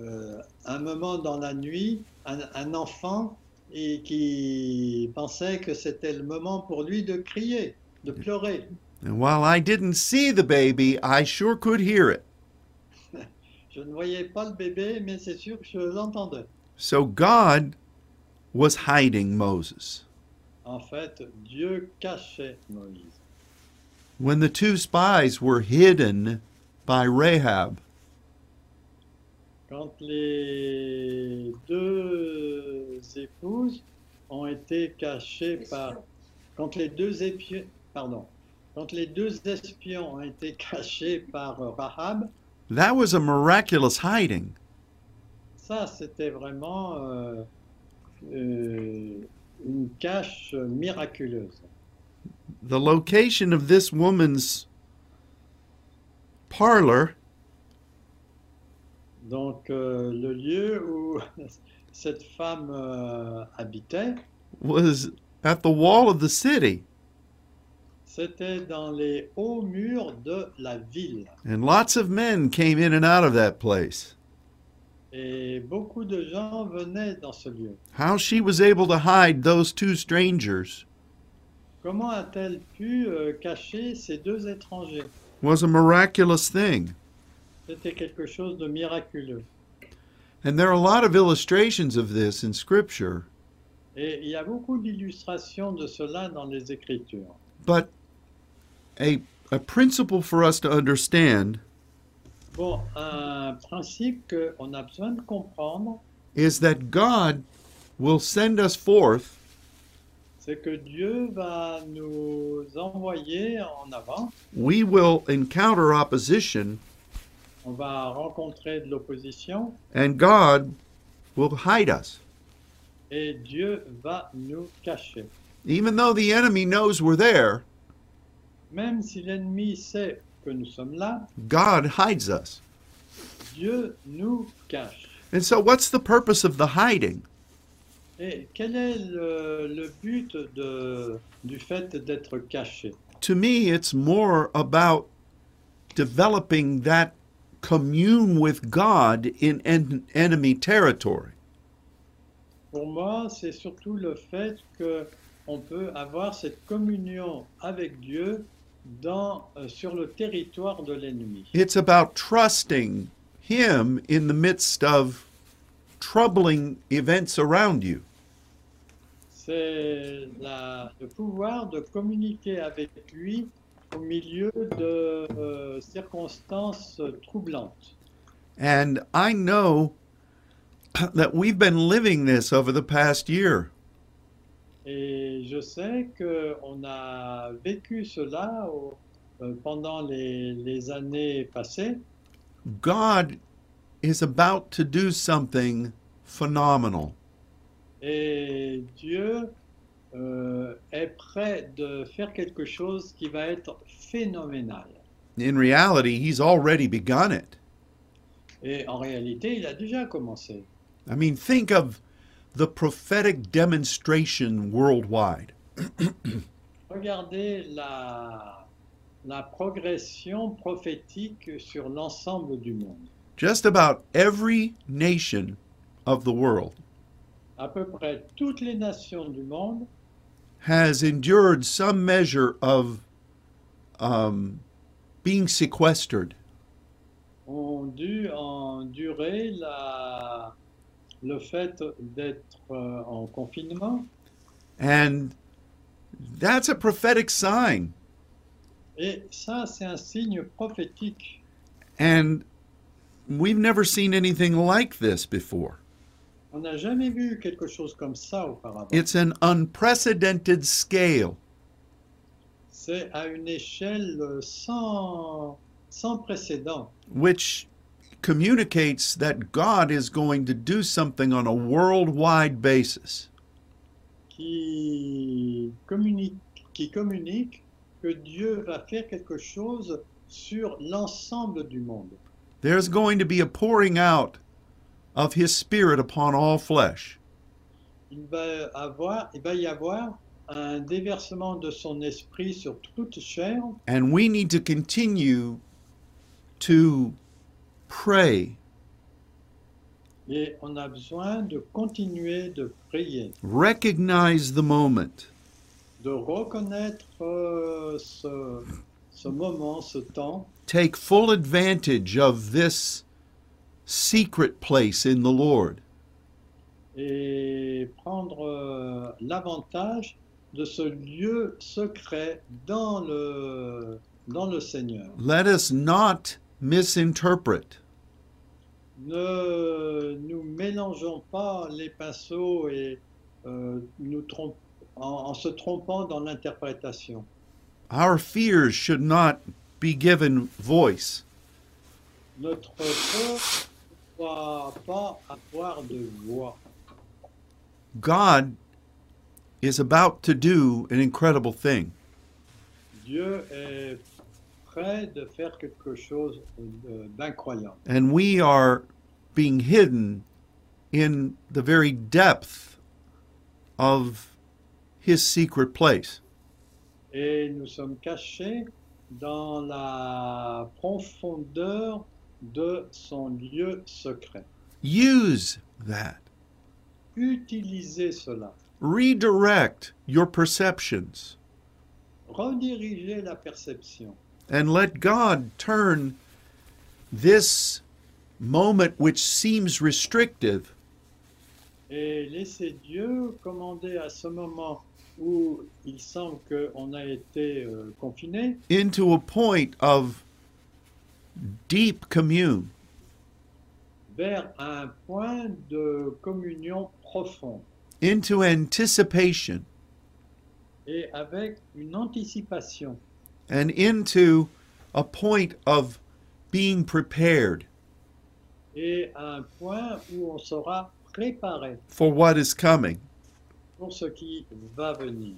[SPEAKER 2] euh, un moment dans la nuit un, un enfant et qui pensait que c'était le moment pour lui de crier, de pleurer.
[SPEAKER 1] And while I didn't see the baby, I sure could hear it.
[SPEAKER 2] Je ne voyais pas le bébé, mais c'est sûr que je l'entendais.
[SPEAKER 1] So God was hiding Moses.
[SPEAKER 2] En fait, Dieu cachait Moïse.
[SPEAKER 1] When the two spies were hidden by Rahab,
[SPEAKER 2] Quand les deux épouses ont été cachées par, quand les deux épions, pardon, quand les deux espions ont été cachés par Rahab,
[SPEAKER 1] that was a miraculous hiding.
[SPEAKER 2] ça c'était vraiment euh, euh, une cache miraculeuse.
[SPEAKER 1] The location of this woman's parlor
[SPEAKER 2] Donc euh, le lieu où cette femme euh, habitait,
[SPEAKER 1] was at the wall of the city.
[SPEAKER 2] c'était dans les hauts murs de la ville.
[SPEAKER 1] And lots of men came in and out of that place.
[SPEAKER 2] Et beaucoup de gens venaient dans ce lieu.
[SPEAKER 1] How she was able to hide those two strangers
[SPEAKER 2] Comment a-t-elle pu euh, cacher ces deux étrangers
[SPEAKER 1] was a miraculous thing.
[SPEAKER 2] C'était quelque chose de miraculeux.
[SPEAKER 1] And there are a lot of illustrations of this in Scripture.
[SPEAKER 2] Et il y a beaucoup d'illustrations de cela dans les Écritures.
[SPEAKER 1] But a, a principle for us to understand
[SPEAKER 2] Bon, un principe qu'on a besoin de comprendre,
[SPEAKER 1] is that God will send us forth
[SPEAKER 2] c'est que Dieu va nous envoyer en avant.
[SPEAKER 1] we will encounter opposition
[SPEAKER 2] On va rencontrer de l'opposition
[SPEAKER 1] and God will hide us
[SPEAKER 2] et Dieu va nous cacher.
[SPEAKER 1] even though the enemy knows we're there
[SPEAKER 2] Même si l'ennemi sait que nous sommes là,
[SPEAKER 1] God hides us
[SPEAKER 2] Dieu nous cache.
[SPEAKER 1] and so what's the purpose of the hiding
[SPEAKER 2] Et quel est le, le but de- du fait d'être caché
[SPEAKER 1] to me, it's more about developing that commune with God in en- enemy territory.
[SPEAKER 2] Pour moi, c'est surtout le fait que on peut avoir cette communion avec Dieu dans, euh, sur le territoire de l'ennemi.
[SPEAKER 1] It's about trusting Him in the midst of troubling events around you.
[SPEAKER 2] C'est la- le pouvoir de communiquer avec lui au milieu de euh, circonstances troublantes.
[SPEAKER 1] And I know that we've been living this over the past year.
[SPEAKER 2] Et je sais qu'on a vécu cela au- euh, pendant les- les années passées.
[SPEAKER 1] God is about to do something phenomenal.
[SPEAKER 2] Et Dieu euh, est prêt de faire quelque chose qui va être phénoménal.
[SPEAKER 1] In reality, He's already begun it.
[SPEAKER 2] Et en réalité, il a déjà commencé.
[SPEAKER 1] I mean, think of the prophetic demonstration worldwide.
[SPEAKER 2] Regardez la, la progression prophétique sur l'ensemble du monde.
[SPEAKER 1] Just about every nation of the world
[SPEAKER 2] À peu près toutes les nations du monde
[SPEAKER 1] has endured some measure of um, being sequestered.
[SPEAKER 2] ont dû endurer la, le fait d'être euh, en confinement.
[SPEAKER 1] And that's a prophetic sign.
[SPEAKER 2] Et ça, c'est un signe prophétique.
[SPEAKER 1] And we've never seen anything like this before.
[SPEAKER 2] On n'a jamais vu quelque chose comme ça auparavant.
[SPEAKER 1] It's an unprecedented scale.
[SPEAKER 2] C'est à une échelle euh, sans, sans précédent.
[SPEAKER 1] which communicates that God is going to do something on a worldwide basis.
[SPEAKER 2] qui communique, qui communique que Dieu va faire quelque chose sur l'ensemble du monde.
[SPEAKER 1] There's going to be a pouring out of His Spirit upon all flesh.
[SPEAKER 2] Il va, avoir, il va y avoir un déversement de son esprit sur toute chair
[SPEAKER 1] And we need to continue to pray,
[SPEAKER 2] et on a besoin de continuer de prier,
[SPEAKER 1] recognize the moment,
[SPEAKER 2] de reconnaître euh, ce, ce moment, ce temps,
[SPEAKER 1] take full advantage of this secret place in the Lord.
[SPEAKER 2] et prendre euh, l'avantage de ce lieu secret dans le, dans le Seigneur.
[SPEAKER 1] Let us not misinterpret.
[SPEAKER 2] ne nous mélangeons pas les pinceaux et euh, nous tromp- en, en se trompant dans l'interprétation.
[SPEAKER 1] Our fears should not be given voice.
[SPEAKER 2] Notre peur ne doit pas avoir de voix.
[SPEAKER 1] God is about to do an incredible thing.
[SPEAKER 2] Dieu est prêt de faire quelque chose de- d'incroyable.
[SPEAKER 1] And we are being hidden in the very depth of his secret place.
[SPEAKER 2] Et nous sommes cachés dans la profondeur de son lieu secret.
[SPEAKER 1] Use that.
[SPEAKER 2] Utilisez cela.
[SPEAKER 1] Redirect your perceptions
[SPEAKER 2] Redirigez la perception.
[SPEAKER 1] and let God turn this moment, which seems restrictive,
[SPEAKER 2] Et laissez Dieu commander à ce moment où il semble qu'on a été euh, confiné
[SPEAKER 1] into a point of deep commune.
[SPEAKER 2] vers un point de communion profond
[SPEAKER 1] into anticipation
[SPEAKER 2] et avec une anticipation
[SPEAKER 1] and into a point of being prepared
[SPEAKER 2] et un point où on sera préparé
[SPEAKER 1] for what is coming.
[SPEAKER 2] pour ce qui va venir.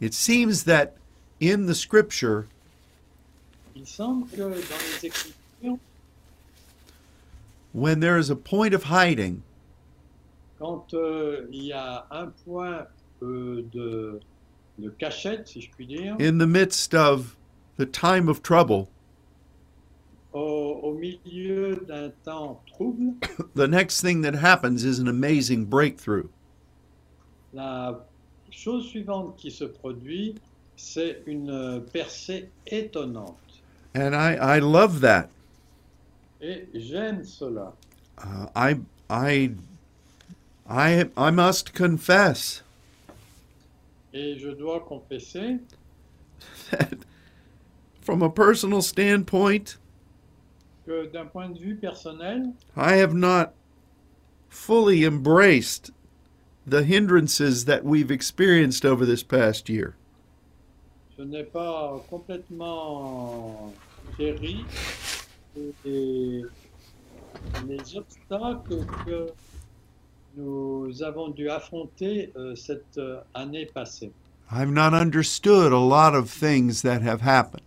[SPEAKER 1] It seems that in the scripture,
[SPEAKER 2] Il semble que dans les Écritures,
[SPEAKER 1] when there is a point of hiding,
[SPEAKER 2] quand euh, il y a un point euh, de, de cachette, si je puis dire,
[SPEAKER 1] in the midst of the time of trouble,
[SPEAKER 2] au- au milieu d'un temps trouble,
[SPEAKER 1] the next thing that happens is an amazing breakthrough.
[SPEAKER 2] La chose suivante qui se produit, c'est une euh, percée étonnante.
[SPEAKER 1] And I, I love that.
[SPEAKER 2] Et j'aime cela.
[SPEAKER 1] Uh, I, I, I, I must confess
[SPEAKER 2] Et je dois confesser,
[SPEAKER 1] that from a personal standpoint,
[SPEAKER 2] que d'un point de vue personnel,
[SPEAKER 1] I have not fully embraced the hindrances that we've experienced over this past year.
[SPEAKER 2] je n'ai pas complètement chéri les, les obstacles que nous avons dû affronter euh, cette euh, année passée.
[SPEAKER 1] I've not understood a lot of things that have happened,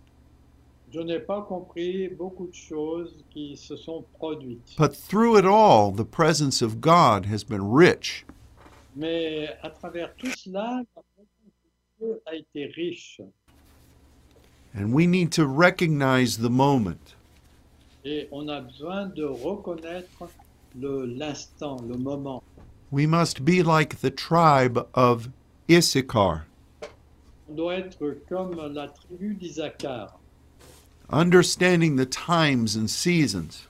[SPEAKER 2] Je n'ai pas compris beaucoup de choses qui se sont produites.
[SPEAKER 1] but through it all, the presence of God has been rich.
[SPEAKER 2] Mais à travers tout cela, la présence de Dieu a été riche
[SPEAKER 1] And we need to recognize the moment.
[SPEAKER 2] et on a besoin de reconnaître le- l'instant, le moment.
[SPEAKER 1] We must be like the tribe of Issachar,
[SPEAKER 2] On doit être comme la tribu d'Isaacar
[SPEAKER 1] understanding the times and seasons.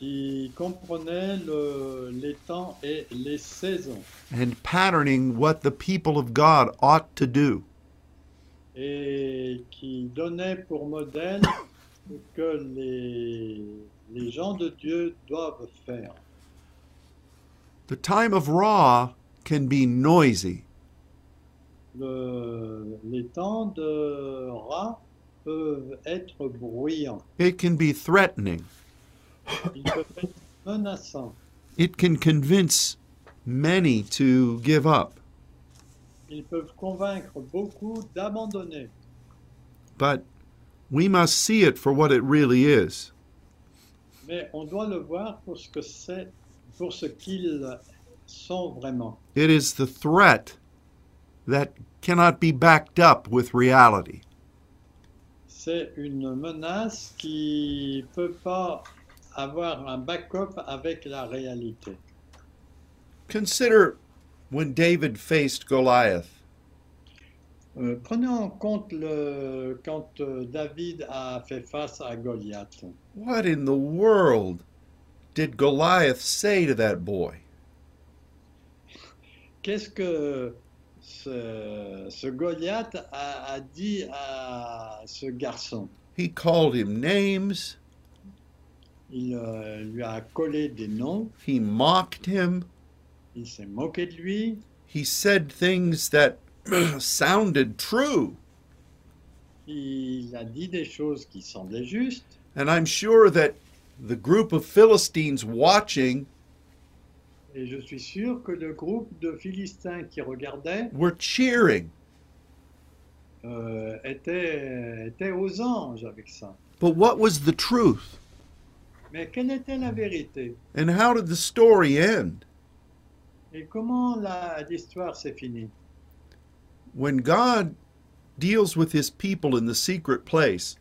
[SPEAKER 2] qui comprenait le- les temps et les saisons
[SPEAKER 1] and patterning what the people of God ought to do.
[SPEAKER 2] et qui donnait pour modèle ce que les, les gens de Dieu doivent faire.
[SPEAKER 1] The time of Ra can be noisy,
[SPEAKER 2] Le- les temps de rats peuvent être bruyants,
[SPEAKER 1] it can be threatening,
[SPEAKER 2] ils peuvent être menaçants,
[SPEAKER 1] it can convince many to give up.
[SPEAKER 2] ils peuvent convaincre beaucoup d'abandonner.
[SPEAKER 1] But we must see it for what it really is.
[SPEAKER 2] Mais on doit le voir pour ce que c'est, pour ce qu'ils sont vraiment.
[SPEAKER 1] It is the threat that cannot be backed up with reality.
[SPEAKER 2] C'est une menace qui ne peut pas avoir un backup avec la réalité.
[SPEAKER 1] Consider when David faced Goliath.
[SPEAKER 2] Euh, prenez en compte le, quand euh, David a fait face à Goliath.
[SPEAKER 1] What in the world did Goliath say to that boy?
[SPEAKER 2] Qu'est-ce que ce, ce Goliath a, a dit à ce garçon
[SPEAKER 1] He called him names.
[SPEAKER 2] Il euh, lui a collé des noms,
[SPEAKER 1] He mocked him.
[SPEAKER 2] il s'est moqué de lui,
[SPEAKER 1] He said things that sounded true.
[SPEAKER 2] il a dit des choses qui semblaient justes.
[SPEAKER 1] And I'm sure that the group of Philistines watching
[SPEAKER 2] Et je suis sûr que le groupe de Philistins qui regardaient
[SPEAKER 1] were cheering.
[SPEAKER 2] euh, était, était aux anges avec ça.
[SPEAKER 1] But what was the truth?
[SPEAKER 2] Mais quelle était la vérité
[SPEAKER 1] And how did the story end?
[SPEAKER 2] Et comment la- l'histoire s'est finie
[SPEAKER 1] When God deals with his people in the secret place,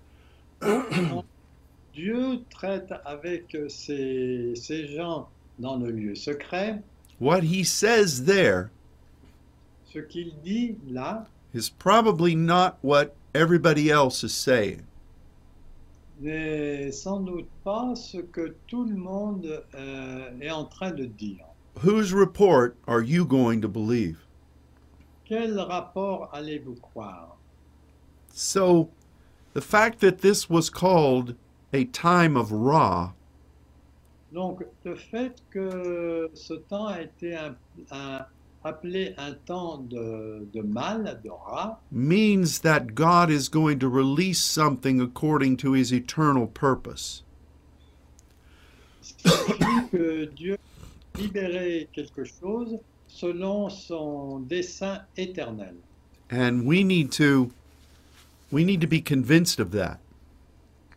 [SPEAKER 2] Dieu traite avec ces, ces gens dans le lieu secret.
[SPEAKER 1] what he says there
[SPEAKER 2] Ce qu'il dit là
[SPEAKER 1] is probably not what everybody else is saying.
[SPEAKER 2] n'est sans doute pas ce que tout le monde euh, est en train de dire.
[SPEAKER 1] Whose report are you going to believe?
[SPEAKER 2] Quel rapport allez-vous croire
[SPEAKER 1] So, the fact that this was called a time of Ra
[SPEAKER 2] Donc, le fait que ce temps a été un- un- appelé un temps de, de mal, de rat,
[SPEAKER 1] means that God is going to release something according to his eternal purpose.
[SPEAKER 2] signifie que Dieu a libéré quelque chose selon son dessein éternel.
[SPEAKER 1] And we need to we need to be convinced of that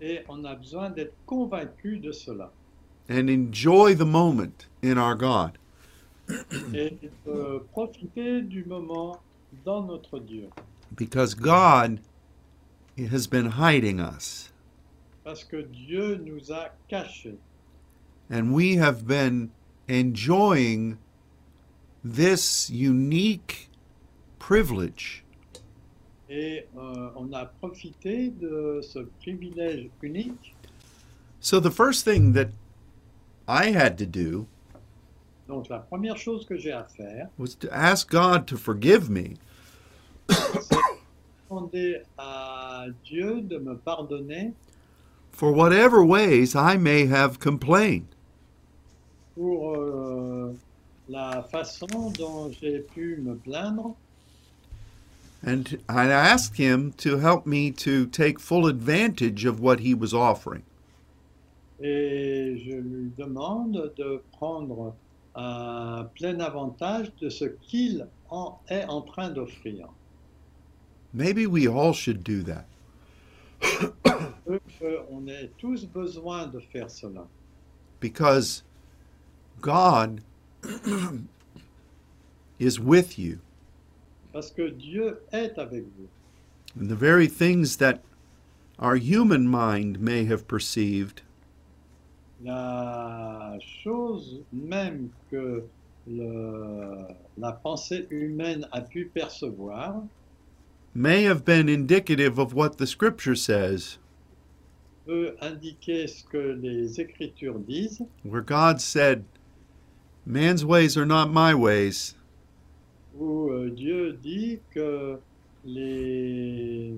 [SPEAKER 2] Et on a besoin d'être convaincu de cela
[SPEAKER 1] and enjoy the moment in our God.
[SPEAKER 2] et de profiter du moment dans notre Dieu.
[SPEAKER 1] Because God has been hiding us
[SPEAKER 2] Parce que Dieu nous a cachés
[SPEAKER 1] and we have been enjoying this unique privilege.
[SPEAKER 2] et euh, on a profité de ce privilège unique.
[SPEAKER 1] So the first thing that I had to do
[SPEAKER 2] Donc la première chose que j'ai à faire,
[SPEAKER 1] was to ask God to forgive me
[SPEAKER 2] c'est demander à Dieu de me pardonner
[SPEAKER 1] for whatever ways I may have complained.
[SPEAKER 2] pour euh, la façon dont j'ai pu me plaindre
[SPEAKER 1] And I asked him to help me to take full advantage of what he was offering.
[SPEAKER 2] et je lui demande de prendre un plein avantage de ce qu'il en est en train d'offrir.
[SPEAKER 1] Maybe we all should do that.
[SPEAKER 2] Peu- peu, On a tous besoin de faire cela
[SPEAKER 1] because God is with you
[SPEAKER 2] parce que Dieu est avec vous.
[SPEAKER 1] And the very things that our human mind may have perceived
[SPEAKER 2] La chose même que le- la pensée humaine a pu percevoir
[SPEAKER 1] may have been indicative of what the scripture says,
[SPEAKER 2] peut indiquer ce que les Écritures disent,
[SPEAKER 1] where God said, Man's ways are not my ways,
[SPEAKER 2] où euh, Dieu dit que les,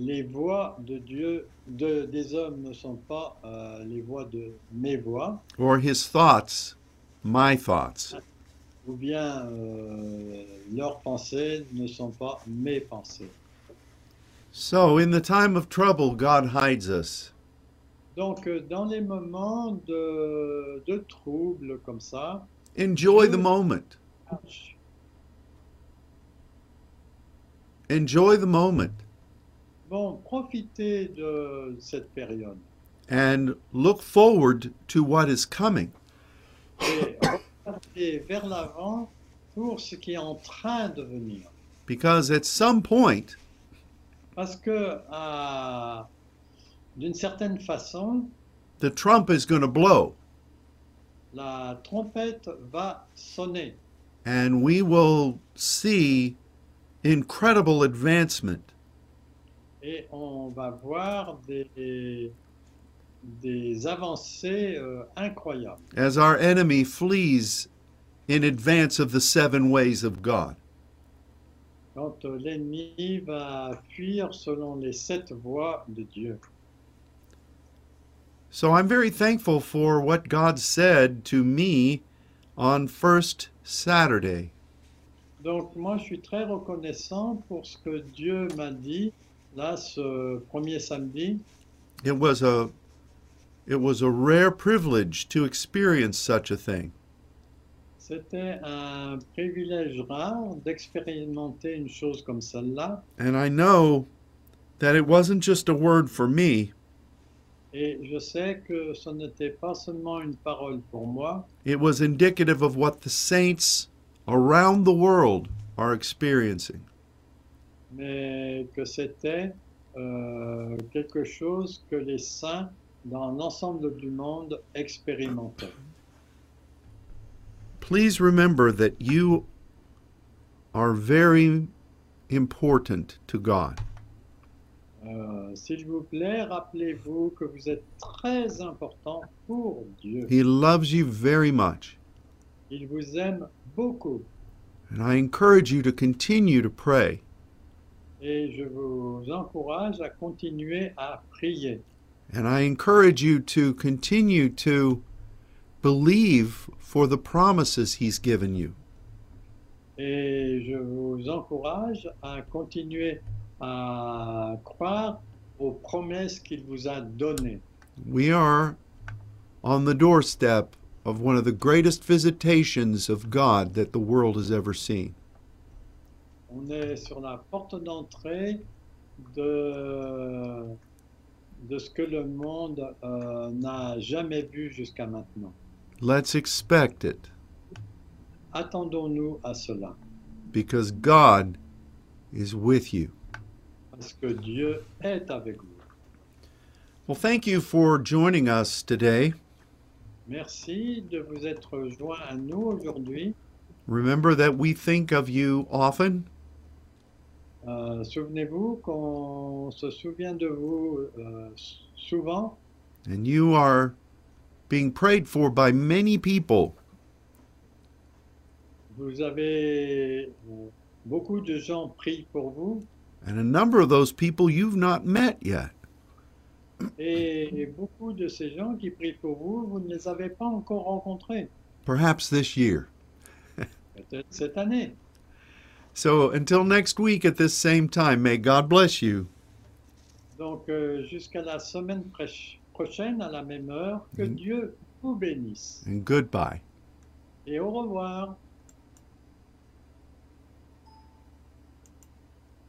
[SPEAKER 2] les voies de Dieu, de, des hommes ne sont pas euh, les voies de mes voies,
[SPEAKER 1] or his thoughts, my thoughts.
[SPEAKER 2] ou bien euh, leurs pensées ne sont pas mes pensées.
[SPEAKER 1] So in the time of trouble, God hides us.
[SPEAKER 2] Donc, euh, dans les moments de, de trouble comme ça,
[SPEAKER 1] Enjoy the moment. Enjoy the moment
[SPEAKER 2] bon, profitez de cette période
[SPEAKER 1] and look forward to what is coming.
[SPEAKER 2] et regardez vers l'avant pour ce qui est en train de venir.
[SPEAKER 1] Because at some point,
[SPEAKER 2] Parce que, à- d'une certaine façon,
[SPEAKER 1] the trump is going to blow
[SPEAKER 2] la trompette va sonner
[SPEAKER 1] and we will see incredible advancement.
[SPEAKER 2] et on va voir des, des avancées euh, incroyables.
[SPEAKER 1] as our enemy flees in advance of the seven ways of God.
[SPEAKER 2] Quand euh, l'ennemi va fuir selon les sept voies de Dieu.
[SPEAKER 1] So I'm very thankful for what God said to me on first Saturday.
[SPEAKER 2] Donc moi, je suis très reconnaissant pour ce que Dieu m'a dit là ce premier samedi.
[SPEAKER 1] It was a it was a rare privilege to experience such a thing.
[SPEAKER 2] C'était un privilège rare d'expérimenter une chose comme celle-là.
[SPEAKER 1] And I know that it wasn't just a word for me,
[SPEAKER 2] Et je sais que ce n'était pas seulement une parole pour moi,
[SPEAKER 1] it was indicative of what the saints around the world are experiencing.
[SPEAKER 2] mais que c'était euh, quelque chose que les saints dans l'ensemble du monde expérimentaient.
[SPEAKER 1] Please remember that you are very important to God.
[SPEAKER 2] Euh, S'il vous plaît, rappelez-vous que vous êtes très important pour Dieu.
[SPEAKER 1] He loves you very much.
[SPEAKER 2] Il vous aime beaucoup
[SPEAKER 1] And I encourage you to continue to pray
[SPEAKER 2] et je vous encourage à continuer à prier.
[SPEAKER 1] and I encourage you to continue to believe for the promises He's given you.
[SPEAKER 2] Et je vous encourage à continuer à croire aux promesses qu'il vous a données.
[SPEAKER 1] We are on the doorstep of one of the greatest visitations of God that the world has ever seen.
[SPEAKER 2] On est sur la porte d'entrée de, de ce que le monde euh, n'a jamais vu jusqu'à maintenant.
[SPEAKER 1] Let's expect it
[SPEAKER 2] Attendons-nous à cela,
[SPEAKER 1] because God is with you.
[SPEAKER 2] parce que Dieu est avec vous.
[SPEAKER 1] Well, thank you for joining us today.
[SPEAKER 2] Merci de vous être joint à nous aujourd'hui.
[SPEAKER 1] Remember that we think of you often,
[SPEAKER 2] Euh, Souvenez-vous qu'on se souvient de vous euh, souvent
[SPEAKER 1] and you are being prayed for by many people.
[SPEAKER 2] Vous avez euh, beaucoup de gens prient pour vous
[SPEAKER 1] And a number of those people you've not met yet.
[SPEAKER 2] et beaucoup de ces gens qui prient pour vous, vous ne les avez pas encore rencontrés,
[SPEAKER 1] Perhaps this year.
[SPEAKER 2] peut-être cette année.
[SPEAKER 1] So until next week at this same time, may God bless you.
[SPEAKER 2] Donc euh, jusqu'à la semaine prêche- prochaine, à la même heure, que
[SPEAKER 1] Mhm.
[SPEAKER 2] Dieu vous bénisse.
[SPEAKER 1] And goodbye.
[SPEAKER 2] Et au revoir.